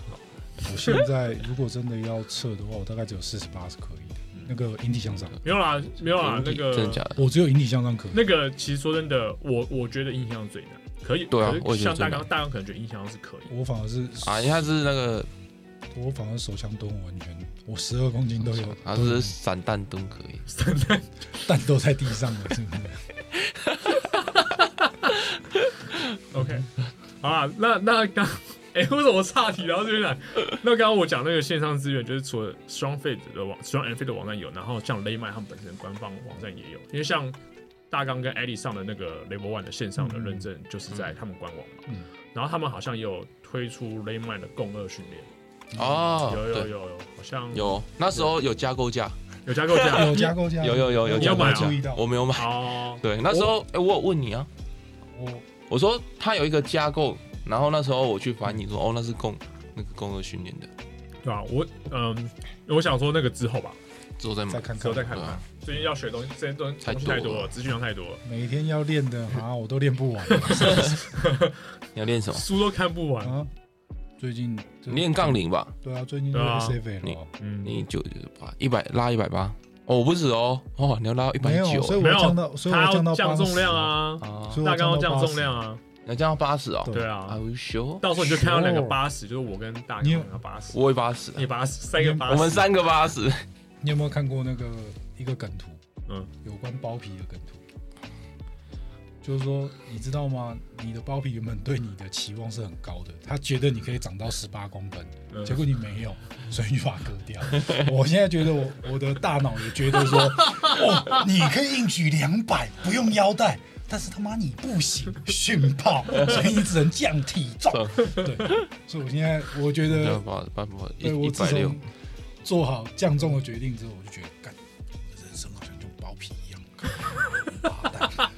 [SPEAKER 2] 我现在如果真的要测的话，我大概只有四十八是可以的。
[SPEAKER 3] 嗯
[SPEAKER 2] 那个引体向上，
[SPEAKER 1] 没有啦，没有啊啦，那
[SPEAKER 3] 真的
[SPEAKER 1] 个
[SPEAKER 3] 假的？
[SPEAKER 2] 我只有引体向上可以。
[SPEAKER 1] 那个其实说真的，我我觉得印象最难，可以
[SPEAKER 3] 对啊
[SPEAKER 1] 可是
[SPEAKER 3] 我也
[SPEAKER 1] 像
[SPEAKER 3] 觉得
[SPEAKER 1] 大
[SPEAKER 3] 最难
[SPEAKER 1] 纲大纲可能觉得印象是可以，
[SPEAKER 2] 我反而是
[SPEAKER 3] 啊，他是那个，
[SPEAKER 2] 我反而手枪蹲我完全，我十二公斤都有，
[SPEAKER 3] 他
[SPEAKER 2] 都有
[SPEAKER 3] 啊是散弹蹲可以。
[SPEAKER 2] 蛋都在地上了，是不 是？
[SPEAKER 1] OK，好啦，那那刚， 哎、为什么岔题到这边来？那刚刚我讲那个线上资源，就是除了 Strong Fit 的网、Strong and Fit 的网站有，然后像 Layman 他们本身官方网站也有，因为像大纲跟 Eddie 上的那个 Level One 的线上的认证，就是在他们官网嘛。
[SPEAKER 2] 嗯
[SPEAKER 1] 然后他们好像也有推出 Layman 的共二训练，
[SPEAKER 3] 哦，
[SPEAKER 1] 有有有
[SPEAKER 3] 对，
[SPEAKER 1] 有，好像
[SPEAKER 3] 有，那时候有加购价，
[SPEAKER 1] 有加购价
[SPEAKER 2] 哎有加购加，
[SPEAKER 3] 有有有有啊
[SPEAKER 2] 我
[SPEAKER 1] 加购
[SPEAKER 2] 没
[SPEAKER 1] 价
[SPEAKER 2] 注意到，
[SPEAKER 3] 我没有买。
[SPEAKER 1] 哦，
[SPEAKER 3] 对，那时候哎，我有问你啊，
[SPEAKER 2] 我
[SPEAKER 3] 我说他有一个加购，然后那时候我去翻译说，哦，那是共那个共二训练的，
[SPEAKER 1] 对啊，我嗯，我想说那个之后吧，
[SPEAKER 3] 之后再
[SPEAKER 2] 再
[SPEAKER 3] 买。
[SPEAKER 2] 看
[SPEAKER 1] 之后
[SPEAKER 2] 看
[SPEAKER 1] 再，看
[SPEAKER 3] 对
[SPEAKER 1] 吧
[SPEAKER 3] 啊。
[SPEAKER 1] 最近要学东西，这些东西
[SPEAKER 3] 太
[SPEAKER 1] 东西
[SPEAKER 3] 多
[SPEAKER 1] 太多
[SPEAKER 3] 了
[SPEAKER 1] 了，资讯量太多了，
[SPEAKER 2] 每天要练的啊，我都练不 完
[SPEAKER 3] 你要练什么？
[SPEAKER 1] 书都看不完。
[SPEAKER 2] 啊。最近
[SPEAKER 3] 你练杠，铃吧，
[SPEAKER 2] 对啊，最近
[SPEAKER 1] 对啊
[SPEAKER 2] 练 C 肥了。
[SPEAKER 1] 嗯，
[SPEAKER 3] 你九九八一百拉一百八，哦，不止哦，哦，你要拉一
[SPEAKER 2] 没
[SPEAKER 3] 百
[SPEAKER 2] 有，
[SPEAKER 3] 九
[SPEAKER 2] 所以
[SPEAKER 1] 没
[SPEAKER 2] 我
[SPEAKER 1] 有
[SPEAKER 2] 降到，所以
[SPEAKER 1] 他
[SPEAKER 2] 我
[SPEAKER 1] 要
[SPEAKER 2] 降到
[SPEAKER 1] 降重量
[SPEAKER 2] 80，
[SPEAKER 1] 啊，
[SPEAKER 3] 啊，
[SPEAKER 2] 所以
[SPEAKER 1] 大纲
[SPEAKER 2] 我降
[SPEAKER 1] 要
[SPEAKER 2] 到
[SPEAKER 1] 降重量
[SPEAKER 2] 80。
[SPEAKER 1] 啊，
[SPEAKER 3] 你要降到八十哦。
[SPEAKER 1] 对
[SPEAKER 2] 对
[SPEAKER 1] 啊
[SPEAKER 3] Are，you sure？
[SPEAKER 1] 到时候你就看到两个
[SPEAKER 2] 哦
[SPEAKER 1] 八十，就是我跟大纲
[SPEAKER 2] 你有
[SPEAKER 1] 两个八十，
[SPEAKER 3] 我也八十，
[SPEAKER 1] 你八十，三个八十，
[SPEAKER 3] 我们三个八十，
[SPEAKER 2] 你有没有看过那个一个梗图？
[SPEAKER 1] 嗯，
[SPEAKER 2] 有关包皮的梗图，就是说，你知道吗？你的包皮原本对你的期望是很高的，他觉得你可以长到十八公分，
[SPEAKER 1] 嗯
[SPEAKER 2] 结果你没有， 所以你把它割掉。我现在觉得我我的大脑也觉 得说，哦，你可以硬举两百，不用腰带。但是他妈你不行，训炮，所以你只能降体 重。对，所以我现在我觉
[SPEAKER 3] 对
[SPEAKER 2] 得
[SPEAKER 3] 啊，八八八一
[SPEAKER 2] 对我
[SPEAKER 3] 一
[SPEAKER 2] 自
[SPEAKER 3] 百六
[SPEAKER 2] 从，做好降重的决定之后，我就觉得，干，我的人生好像就包皮一样，八蛋。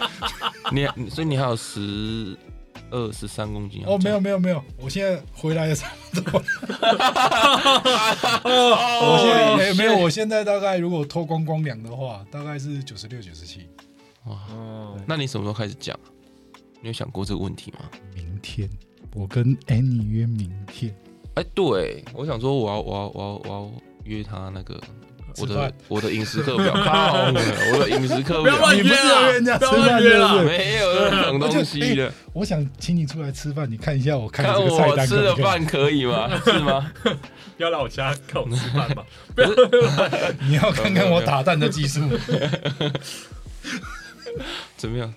[SPEAKER 3] 你你所以你还有十二十三公斤要
[SPEAKER 2] 哦，没
[SPEAKER 3] 降
[SPEAKER 2] 有没有没有，我现在回来的差不 多。
[SPEAKER 1] 哦
[SPEAKER 2] 我现在、
[SPEAKER 3] Oh，
[SPEAKER 2] 哎没有，我现在大概如果脱光光量的话，大概是九十六、九十七。
[SPEAKER 3] 哇，
[SPEAKER 1] 哦，
[SPEAKER 3] 那你什么时候开始降？你有想过这个问题吗？
[SPEAKER 2] 明天我跟 Annie 约明天，
[SPEAKER 3] 哎，对，我想说我要我要我要我要约他那个我
[SPEAKER 2] 吃
[SPEAKER 3] 的
[SPEAKER 2] 饭
[SPEAKER 3] 我的饮食课表，靠我的饮食课
[SPEAKER 1] 不要乱
[SPEAKER 3] 表
[SPEAKER 2] 你不是有约人
[SPEAKER 1] 约
[SPEAKER 2] 家
[SPEAKER 1] 啊，
[SPEAKER 2] 吃
[SPEAKER 1] 不要
[SPEAKER 2] 饭
[SPEAKER 1] 乱约
[SPEAKER 2] 对不
[SPEAKER 1] 啦
[SPEAKER 2] 对，
[SPEAKER 3] 没有那种东西的，
[SPEAKER 2] 我想请你出来吃饭，你哎看一下我开的
[SPEAKER 3] 看
[SPEAKER 2] 这个菜
[SPEAKER 3] 我
[SPEAKER 2] 单
[SPEAKER 3] 吃
[SPEAKER 2] 可
[SPEAKER 3] 的
[SPEAKER 2] 不可以？
[SPEAKER 3] 饭可以吗？是吗？
[SPEAKER 1] 不要来我家看我吃饭 吧。
[SPEAKER 2] 你要看看我打蛋的技术。
[SPEAKER 3] 怎么样？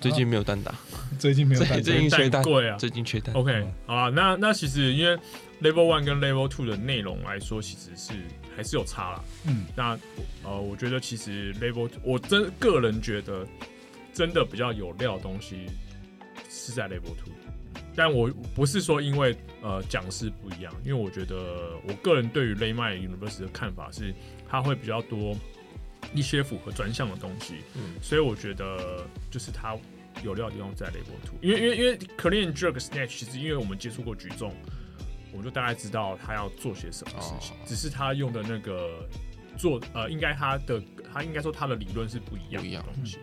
[SPEAKER 3] 最近没有单打，
[SPEAKER 2] 最近没有
[SPEAKER 3] 最
[SPEAKER 2] 蛋，
[SPEAKER 3] 最近缺
[SPEAKER 1] 蛋
[SPEAKER 3] 单，
[SPEAKER 1] 贵啊
[SPEAKER 3] 最近缺单。
[SPEAKER 1] OK，好啦，那那其实因为 Level One 跟 Level Two 的内容来说，其实是还是有差啦。
[SPEAKER 2] 嗯，
[SPEAKER 1] 那呃，我觉得其实 Level，two- 我真个人觉得真的比较有料的东西是在 Level Two，但我不是说因为呃讲师不一样，因为我觉得我个人对于 l a y m a University 的看法是，它会比较多一些符合专项的东西，
[SPEAKER 3] 嗯
[SPEAKER 1] 所以我觉得就是它有料的地方在 Level Two，因为因为因为 Clean Jerk Snatch 其实因为我们接触过举重。我就大概知道他要做些什么事情，
[SPEAKER 3] 哦
[SPEAKER 1] 只是他用的那个做呃，应该他的他应该说他的理论是不一样
[SPEAKER 3] 不一
[SPEAKER 1] 的
[SPEAKER 3] 样
[SPEAKER 1] 东西，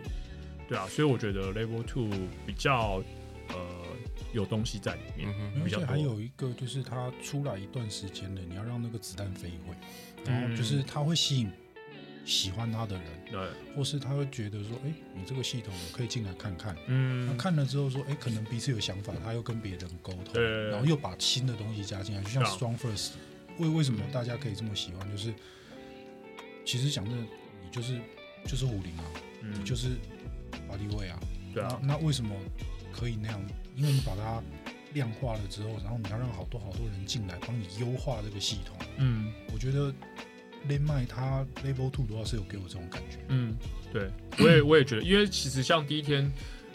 [SPEAKER 1] 对啊，所以我觉得 Level Two 比较呃有东西在里面
[SPEAKER 3] 嗯，哼，
[SPEAKER 2] 而
[SPEAKER 1] 比较
[SPEAKER 2] 且
[SPEAKER 1] 多
[SPEAKER 2] 还有一个就是它出来一段时间了，你要让那个子弹飞一会，然后
[SPEAKER 1] 嗯
[SPEAKER 2] 就是它会吸引喜欢它的人，
[SPEAKER 3] 嗯
[SPEAKER 1] 对，
[SPEAKER 2] 或是他会觉得说，哎，你这个系统我可以进来看看。那
[SPEAKER 1] 嗯，
[SPEAKER 2] 看了之后说，哎，可能彼此有想法，他又跟别人沟
[SPEAKER 1] 对
[SPEAKER 2] 通，
[SPEAKER 1] 对对
[SPEAKER 2] 然后又把新的东西加进来，就像
[SPEAKER 1] 对啊
[SPEAKER 2] Strong First，为为什么大家可以这么喜欢？就是其实讲真的，你就是就是武林啊，
[SPEAKER 1] 嗯
[SPEAKER 2] 你就是巴力位啊，
[SPEAKER 1] 对啊，
[SPEAKER 2] 那那为什么可以那样？因为你把它量化了之后，然后你要让好多好多人进来帮你优化这个系统。
[SPEAKER 1] 嗯
[SPEAKER 2] 我觉得 l e m a 它 Level Two 的话是有给我这种感觉。
[SPEAKER 1] 嗯，对，我也我也觉得，因为其实像第一天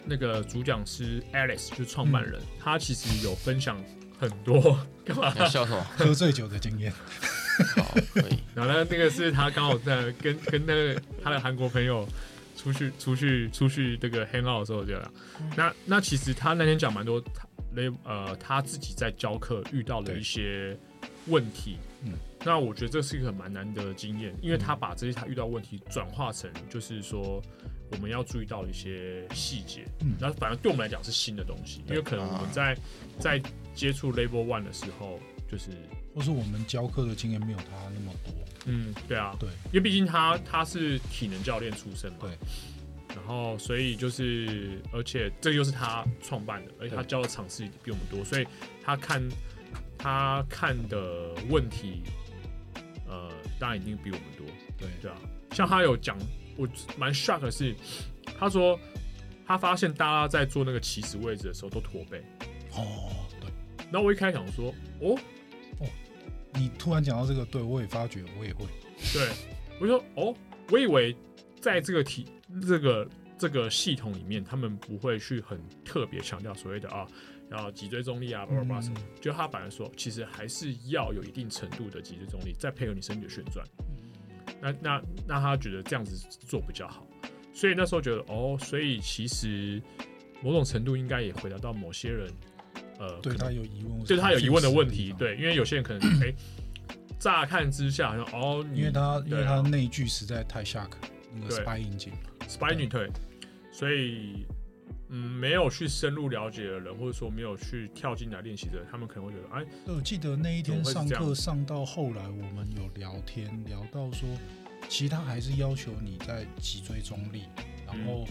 [SPEAKER 1] 那个主讲师 Alex 就是创办人，他其实有分享很多干嘛
[SPEAKER 3] 你？要笑什么？
[SPEAKER 2] 喝醉酒的经验，
[SPEAKER 3] 好，可以。
[SPEAKER 1] 然后呢，那个是他刚好在跟跟那个他的韩国朋友出去出去出去这个 hang out 的时候就啦。
[SPEAKER 2] 嗯
[SPEAKER 1] 那那其实他那天讲蛮多他那呃他自己在教课遇到的
[SPEAKER 2] 对
[SPEAKER 1] 一些问题。
[SPEAKER 2] 嗯
[SPEAKER 1] 那我觉得这是一个蛮难得的经验，因为他把这些他遇到的问题转化成就是说我们要注意到一些细节，
[SPEAKER 2] 嗯
[SPEAKER 1] 然后反而对我们来讲是新的东西，因为可能我们在在接触 Level One 的时候，就是
[SPEAKER 2] 或是我们教课的经验没有他那么多。
[SPEAKER 1] 嗯，对啊，
[SPEAKER 2] 对，
[SPEAKER 1] 因为毕竟他他是体能教练出身嘛，
[SPEAKER 2] 对。
[SPEAKER 1] 然后，所以就是，而且这又是他创办的，而且他
[SPEAKER 2] 对
[SPEAKER 1] 教的场次比我们多，所以他看他看的问题，呃，当然一定比我们多，
[SPEAKER 2] 对，
[SPEAKER 1] 对啊。像他有讲，我蛮 shock 的是，他说他发现大家在做那个起始位置的时候都驼背，
[SPEAKER 2] 哦，对。
[SPEAKER 1] 然后我一开始想说，哦，
[SPEAKER 2] 你突然讲到这个，对我也发觉，我也会。
[SPEAKER 1] 对，我就说哦，我以为在这个体这个这个系统里面，他们不会去很特别强调所谓的啊，要脊椎中立啊，叭叭叭什么。就他反而说，其实还是要有一定程度的脊椎中立，再配合你身体的旋转。那那那他觉得这样子做比较好，所以那时候觉得哦，所以其实某种程度应该也回答到某些人，呃，
[SPEAKER 2] 对
[SPEAKER 1] 可能
[SPEAKER 2] 他有疑问，
[SPEAKER 1] 对他有疑问的问题，
[SPEAKER 2] 对。
[SPEAKER 1] 对，因为有些人可能 哎、乍看之下好像哦，你
[SPEAKER 2] 因为他因
[SPEAKER 1] 对
[SPEAKER 2] 为他
[SPEAKER 1] 啊
[SPEAKER 2] 内句实在太 shock，那个
[SPEAKER 1] 对
[SPEAKER 2] spy 引擎，
[SPEAKER 1] spy 女腿，所以嗯，没有去深入了解的人，或者说没有去跳进来练习的人，他们可能会觉得，哎，
[SPEAKER 2] 对我呃记得那一天
[SPEAKER 1] 怎么会
[SPEAKER 2] 上
[SPEAKER 1] 是这样
[SPEAKER 2] 课上到后来，我们有聊天聊到说，其实他还是要求你在脊椎中立，然后、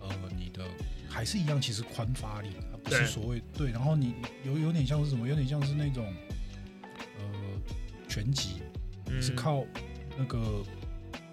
[SPEAKER 2] 呃你的还是一样，其实宽发力，它
[SPEAKER 1] 嗯
[SPEAKER 2] 不
[SPEAKER 1] 对
[SPEAKER 2] 是所谓对，然后你有有点像是什么，有点像是那种呃拳击，
[SPEAKER 1] 嗯，
[SPEAKER 2] 是靠那个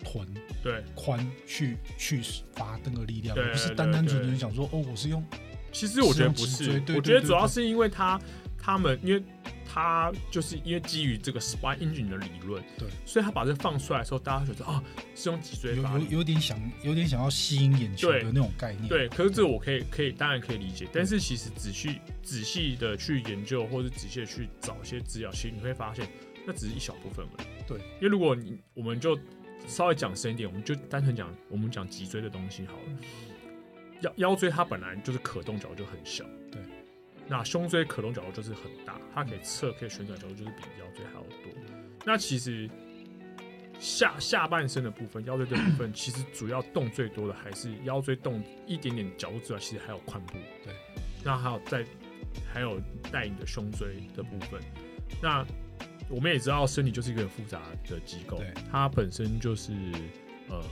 [SPEAKER 2] 臀
[SPEAKER 1] 对，
[SPEAKER 2] 宽去去发那个力量，
[SPEAKER 1] 对
[SPEAKER 2] 不是
[SPEAKER 1] 对
[SPEAKER 2] 单单纯
[SPEAKER 1] 对
[SPEAKER 2] 纯想说哦，我是用
[SPEAKER 1] 其实我觉得不
[SPEAKER 2] 使用
[SPEAKER 1] 是
[SPEAKER 2] 脊，椎
[SPEAKER 1] 我觉得
[SPEAKER 2] 对对对
[SPEAKER 1] 主要
[SPEAKER 2] 对
[SPEAKER 1] 是因为他他们，因为他就是因为基于这个 spy engine 的理论，
[SPEAKER 2] 对，
[SPEAKER 1] 所以他把这放出来的时候，大家觉得啊、是用脊椎
[SPEAKER 2] 有
[SPEAKER 1] 发
[SPEAKER 2] 有
[SPEAKER 1] 力，
[SPEAKER 2] 有点想有点想要吸引眼球
[SPEAKER 1] 对
[SPEAKER 2] 的那种概念。
[SPEAKER 1] 对，可是这个我可以可以当然可以理解，但是其实仔细仔细的去研究，或者仔细的去找一些资料，其实你会发现那只是一小部分而已。
[SPEAKER 2] 对，
[SPEAKER 1] 因为如果你我们就稍微讲深一点，我们就单纯讲我们讲脊椎的东西好了。腰腰椎它本来就是可动角度就很小，
[SPEAKER 2] 对，
[SPEAKER 1] 那胸椎可动角度就是很大，它可以侧可以旋转角度就是比腰椎还要多。那其实下下半身的部分，腰椎这部分，其实主要动最多的还是腰椎动一点点角度之外，其实还有髋部。
[SPEAKER 2] 对，
[SPEAKER 1] 那还有在还有带你的胸椎的部分。那我们也知道，身体就是一个很复杂的机构
[SPEAKER 2] 对，
[SPEAKER 1] 它本身就是呃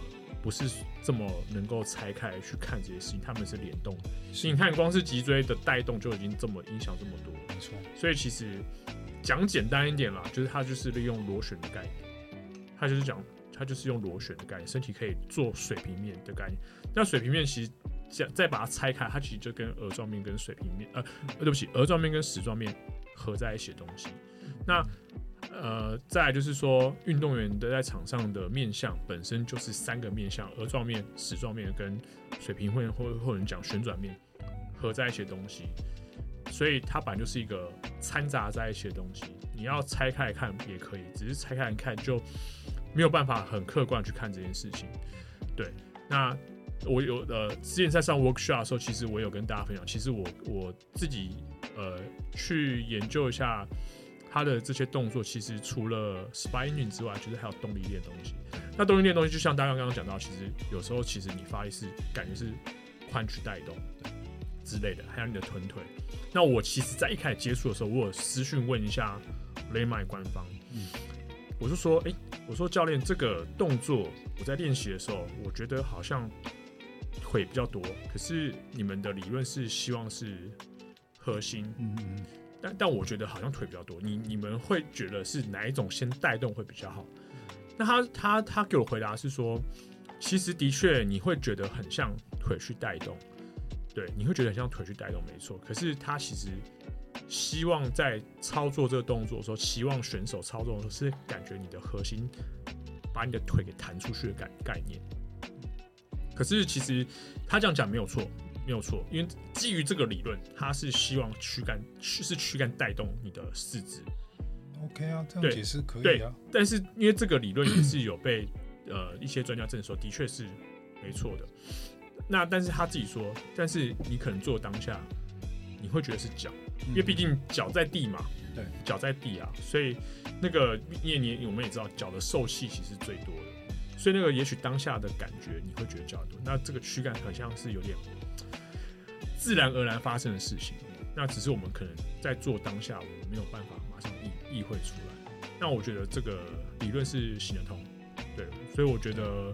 [SPEAKER 1] 不是这么能够拆开来去看这些事情，它们是联动的。
[SPEAKER 2] 是
[SPEAKER 1] 你看，光是脊椎的带动就已经这么影响这么多了。
[SPEAKER 2] 没错，
[SPEAKER 1] 所以其实讲简单一点啦，就是它就是利用螺旋的概念，它就是讲它就是用螺旋的概念，身体可以做水平面的概念。那水平面其实再再把它拆开，它其实就跟鹅状面跟水平面，呃，呃对不起，鹅状面跟矢状面合在一起的东西。那呃，再来就是说，运动员的在场上的面相本身就是三个面相：鹅状面、矢状面跟水平面，或或者讲旋转面合在一起的东西。所以它本来就是一个掺杂在一起的东西。你要拆开来看也可以，只是拆开来看就没有办法很客观地去看这件事情。对，那我有呃之前在上 workshop 的时候，其实我有跟大家分享，其实我我自己呃去研究一下他的这些动作，其实除了 spy engine 之外，其实还有动力链的东西。那动力链的东西，就像大家刚刚讲到，其实有时候其实你发力是感觉是髋去带动之类的，还有你的臀腿。那我其实，在一开始接触的时候，我有私讯问一下 Laymy 官方，我就说，诶，我说教练，这个动作我在练习的时候，我觉得好像腿比较多，可是你们的理论是希望是核心，
[SPEAKER 2] 嗯嗯，嗯
[SPEAKER 1] 但但我觉得好像腿比较多，你你们会觉得是哪一种先带动会比较好？那他他他给我回答是说，其实的确你会觉得很像腿去带动，对，你会觉得很像腿去带动，没错。可是他其实希望在操作这个动作的时候，期望选手操作的时候是感觉你的核心把你的腿给弹出去的概概念。可是其实他这样讲没有错，没有错，因为基于这个理论，他是希望躯干是是躯干带动你的四肢，
[SPEAKER 2] ，OK 啊，这
[SPEAKER 1] 对
[SPEAKER 2] 样解释可以
[SPEAKER 1] 对
[SPEAKER 2] 啊，。
[SPEAKER 1] 但是因为这个理论也是有被 呃一些专家证实说，的确是没错的。那但是他自己说，但是你可能做当下，你会觉得是脚，
[SPEAKER 2] 嗯
[SPEAKER 1] 因为毕竟脚在地嘛，
[SPEAKER 2] 对，
[SPEAKER 1] 脚在地啊，所以那个因为你我们也知道，脚的受气其实是最多的，所以那个也许当下的感觉你会觉得较多，那这个躯干好像是有点自然而然发生的事情，那只是我们可能在做当下，我们没有办法马上意意会出来。那我觉得这个理论是行得通，对，所以我觉得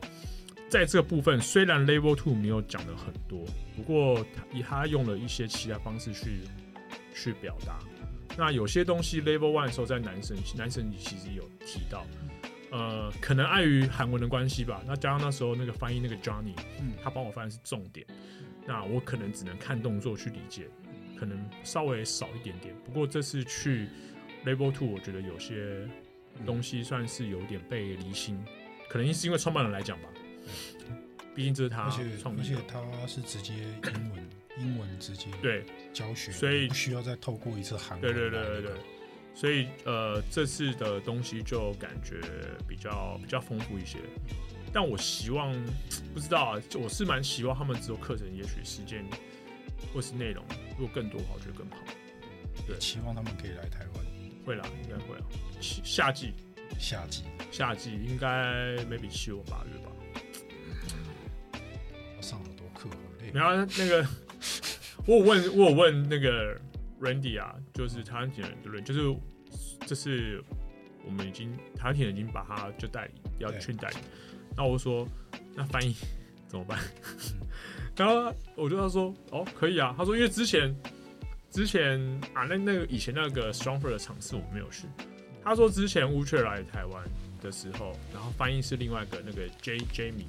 [SPEAKER 1] 在这个部分，虽然 Level Two 没有讲的很多，不过他以他用了一些其他方式去去表达。那有些东西 Level One 的时候，在男生男生其实有提到，呃，可能碍于韩文的关系吧，那加上那时候那个翻译那个 Johnny，
[SPEAKER 2] 嗯
[SPEAKER 1] 他帮我翻译是重点，那我可能只能看动作去理解，可能稍微少一点点。不过这次去 Level Two，我觉得有些东西算是有点被离心，可能是因为创办人来讲吧，毕竟这是他
[SPEAKER 2] 嗯而且
[SPEAKER 1] 创
[SPEAKER 2] 而
[SPEAKER 1] 立
[SPEAKER 2] 且
[SPEAKER 1] 的，
[SPEAKER 2] 他是直接英文英文直接
[SPEAKER 1] 对。
[SPEAKER 2] 教学，
[SPEAKER 1] 所以
[SPEAKER 2] 不需要再透过一次韩
[SPEAKER 1] 对
[SPEAKER 2] 文
[SPEAKER 1] 对
[SPEAKER 2] 来
[SPEAKER 1] 对对
[SPEAKER 2] 那
[SPEAKER 1] 对
[SPEAKER 2] 个，
[SPEAKER 1] 所以呃，这次的东西就感觉比较比较丰富一些。但我希望不知道啊，就我是蛮希望他们只有课程，也许时间或是内容，如果更多的话，我觉得更好。对
[SPEAKER 2] 期望他们可以来台湾
[SPEAKER 1] 会啦，应该会啦。夏夏季，
[SPEAKER 2] 夏季，
[SPEAKER 1] 夏季应该 maybe 七或八月吧。
[SPEAKER 2] 要上好多课，好累。
[SPEAKER 1] 然后那个， 我有问，我有问那个 Randy 啊，就是台湾体能对不对？就是这是我们已经台湾体能已经把他就代理要
[SPEAKER 2] 对
[SPEAKER 1] 去代理，那我就说那翻译怎么办？ 然后我就他说哦可以啊，他说因为之前之前啊那那个以前那个 Strongford 的场次我们没有去，他说之前乌雀来台湾的时候，然后翻译是另外一个那个 J Jamie，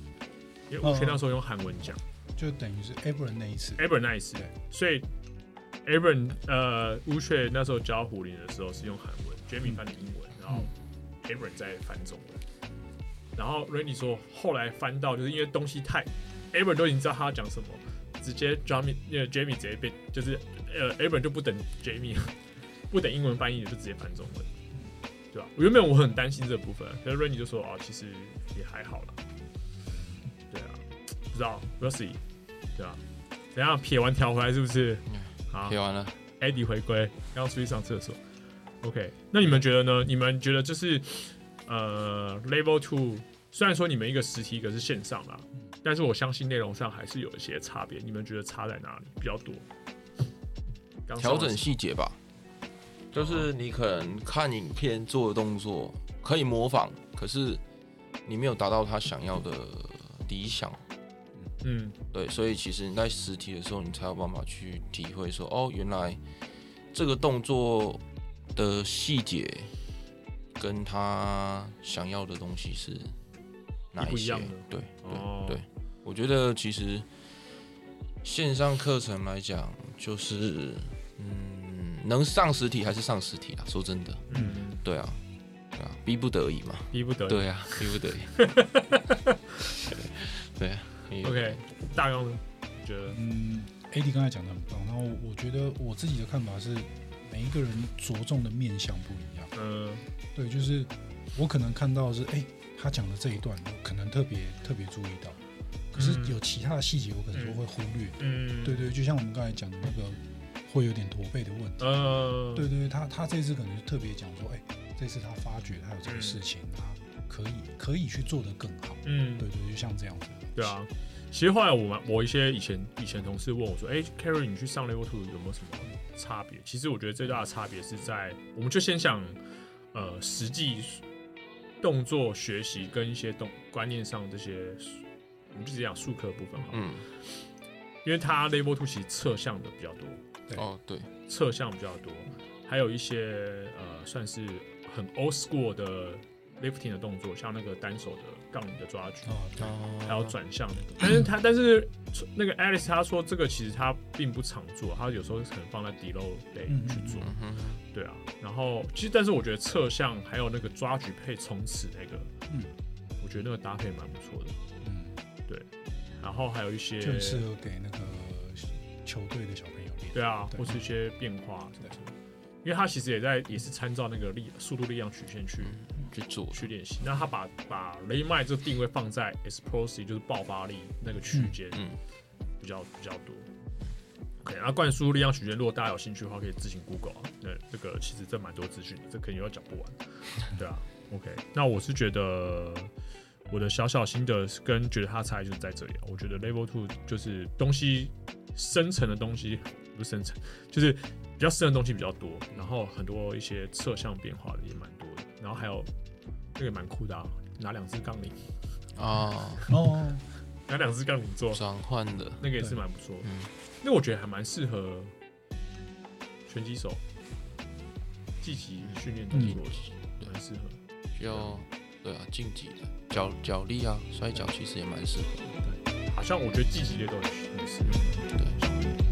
[SPEAKER 1] 因为乌雀那时候用韩文讲。
[SPEAKER 2] 就等于是 Abram 那一次，
[SPEAKER 1] a b e r 那一次
[SPEAKER 2] 对，
[SPEAKER 1] 所以 a b e r 呃乌雀那时候教胡林的时候是用韩文，Jamie 翻的英文，然后 a b e r 再翻中文。然后 Randy 说，后来翻到就是因为东西太 a b e r 都已经知道他要讲什么，直接 Jamie 那个 Jamie 直接被就是呃 a b e r 就不等 Jamie，了 不等英文翻译就直接翻中文。对吧？我原本我很担心这部分，可是 Randy 就说啊，其实也还好啦。对啊，不知道，We'll see，对啊。怎样撇完条回来是不是？好
[SPEAKER 3] 贴完了。
[SPEAKER 1] ，Eddie 回归，要出去上厕所。OK，那你们觉得
[SPEAKER 2] 嗯
[SPEAKER 1] 呢？你们觉得就是呃，Level Two，虽然说你们一个实体，一个是线上啦，
[SPEAKER 2] 嗯
[SPEAKER 1] 但是我相信内容上还是有一些差别。你们觉得差在哪里比较多？刚上
[SPEAKER 3] 调
[SPEAKER 1] 完
[SPEAKER 3] 整细节吧，就是你可能看影片做的动作可以模仿，可是你没有达到他想要的理想，
[SPEAKER 1] 嗯，
[SPEAKER 3] 对，所以其实你在实体的时候，你才有办法去体会说，哦，原来这个动作的细节跟他想要的东西是哪
[SPEAKER 1] 不
[SPEAKER 3] 一
[SPEAKER 1] 一
[SPEAKER 3] 些
[SPEAKER 1] 样的？
[SPEAKER 3] 对，
[SPEAKER 1] 哦，
[SPEAKER 3] 对我觉得其实线上课程来讲，就是嗯，能上实体还是上实体啊。说真的，
[SPEAKER 1] 嗯，
[SPEAKER 3] 对啊，对啊，逼不得已嘛。
[SPEAKER 1] 逼不得已。
[SPEAKER 3] 对啊，逼不得已。 对啊因为
[SPEAKER 1] OK，大纲呢？你觉得？
[SPEAKER 2] 嗯，AD 刚才讲的很棒，然后我觉得我自己的看法是，每一个人着重的面向不一样。
[SPEAKER 1] 嗯
[SPEAKER 2] 对，就是我可能看到的是，哎、他讲的这一段，我可能特别特别注意到，可是
[SPEAKER 1] 嗯
[SPEAKER 2] 有其他的细节，我可能就会忽略。
[SPEAKER 1] 嗯，
[SPEAKER 2] 对，对，就像我们刚才讲的那个，会有点驼背的问题。
[SPEAKER 1] 呃，
[SPEAKER 2] 对对，他他这次可能就特别讲说，哎、这次他发觉他有这个事情，他可以可以去做得更好。
[SPEAKER 1] 嗯，
[SPEAKER 2] 对对，就像这样子。
[SPEAKER 1] 对，啊，其实后来我们我一些以前以前同事问我说：“哎、c a r r y 你去上 Level Two 有没有什么差别？”其实我觉得最大的差别是在，我们就先想，呃，实际动作学习跟一些动观念上这些，我们就只讲术科部分好了，
[SPEAKER 3] 嗯，
[SPEAKER 1] 因为它 Level Two 其实侧向的比较多，
[SPEAKER 3] 哦，对，
[SPEAKER 1] 侧向比较多，还有一些呃算是很 old school 的 lifting 的动作，像那个单手的杠铃的抓举。
[SPEAKER 2] 啊、对
[SPEAKER 1] 还有转向
[SPEAKER 2] 嗯
[SPEAKER 1] 那个。但是他但是那个 Alice 她说这个其实她并不常做，她有时候可能放在 d e l o day
[SPEAKER 2] 嗯嗯
[SPEAKER 1] 去做，
[SPEAKER 3] 嗯哼，
[SPEAKER 1] 对啊。然后其实但是我觉得侧向还有那个抓举配冲刺那个，
[SPEAKER 2] 嗯
[SPEAKER 1] 我觉得那个搭配蛮不错的。
[SPEAKER 2] 嗯，
[SPEAKER 1] 然后还有一些
[SPEAKER 2] 就很适合给那个球队的小朋友练。
[SPEAKER 1] 对啊，
[SPEAKER 2] 对
[SPEAKER 1] 或是一些变化什么什么，因为他其实也在也是参照那个力速度力量曲线
[SPEAKER 2] 嗯
[SPEAKER 1] 去。
[SPEAKER 3] 嗯去做
[SPEAKER 1] 去练习。那他把把雷麦这个定位放在 explosive，就是爆发力那个区间，
[SPEAKER 3] 嗯
[SPEAKER 1] 比较比较多。OK，那灌输力量曲线，如果大家有兴趣的话，可以自行 Google 啊。那这个其实这蛮多资讯的，这肯定要讲不完。对啊，OK，那我是觉得我的小小心得是跟觉得它差异就是在这里啊。我觉得 Level Two 就是东西深层的东西，不是深层，就是比较深的东西比较多，然后很多一些侧向变化的也蛮多的，然后还有那个蛮酷的啊，拿两只杠铃，
[SPEAKER 3] 啊，
[SPEAKER 2] 哦，
[SPEAKER 1] 拿两只杠铃做，
[SPEAKER 3] 转换的
[SPEAKER 1] 那个也是蛮不错的
[SPEAKER 3] 嗯。
[SPEAKER 1] 那我觉得还蛮适合拳击手积极训练动作的，蛮适合。
[SPEAKER 3] 需要对啊，竞技的脚脚力啊，摔跤其实也蛮适合
[SPEAKER 1] 好像我觉得积极的都很很适合。
[SPEAKER 3] 的。对，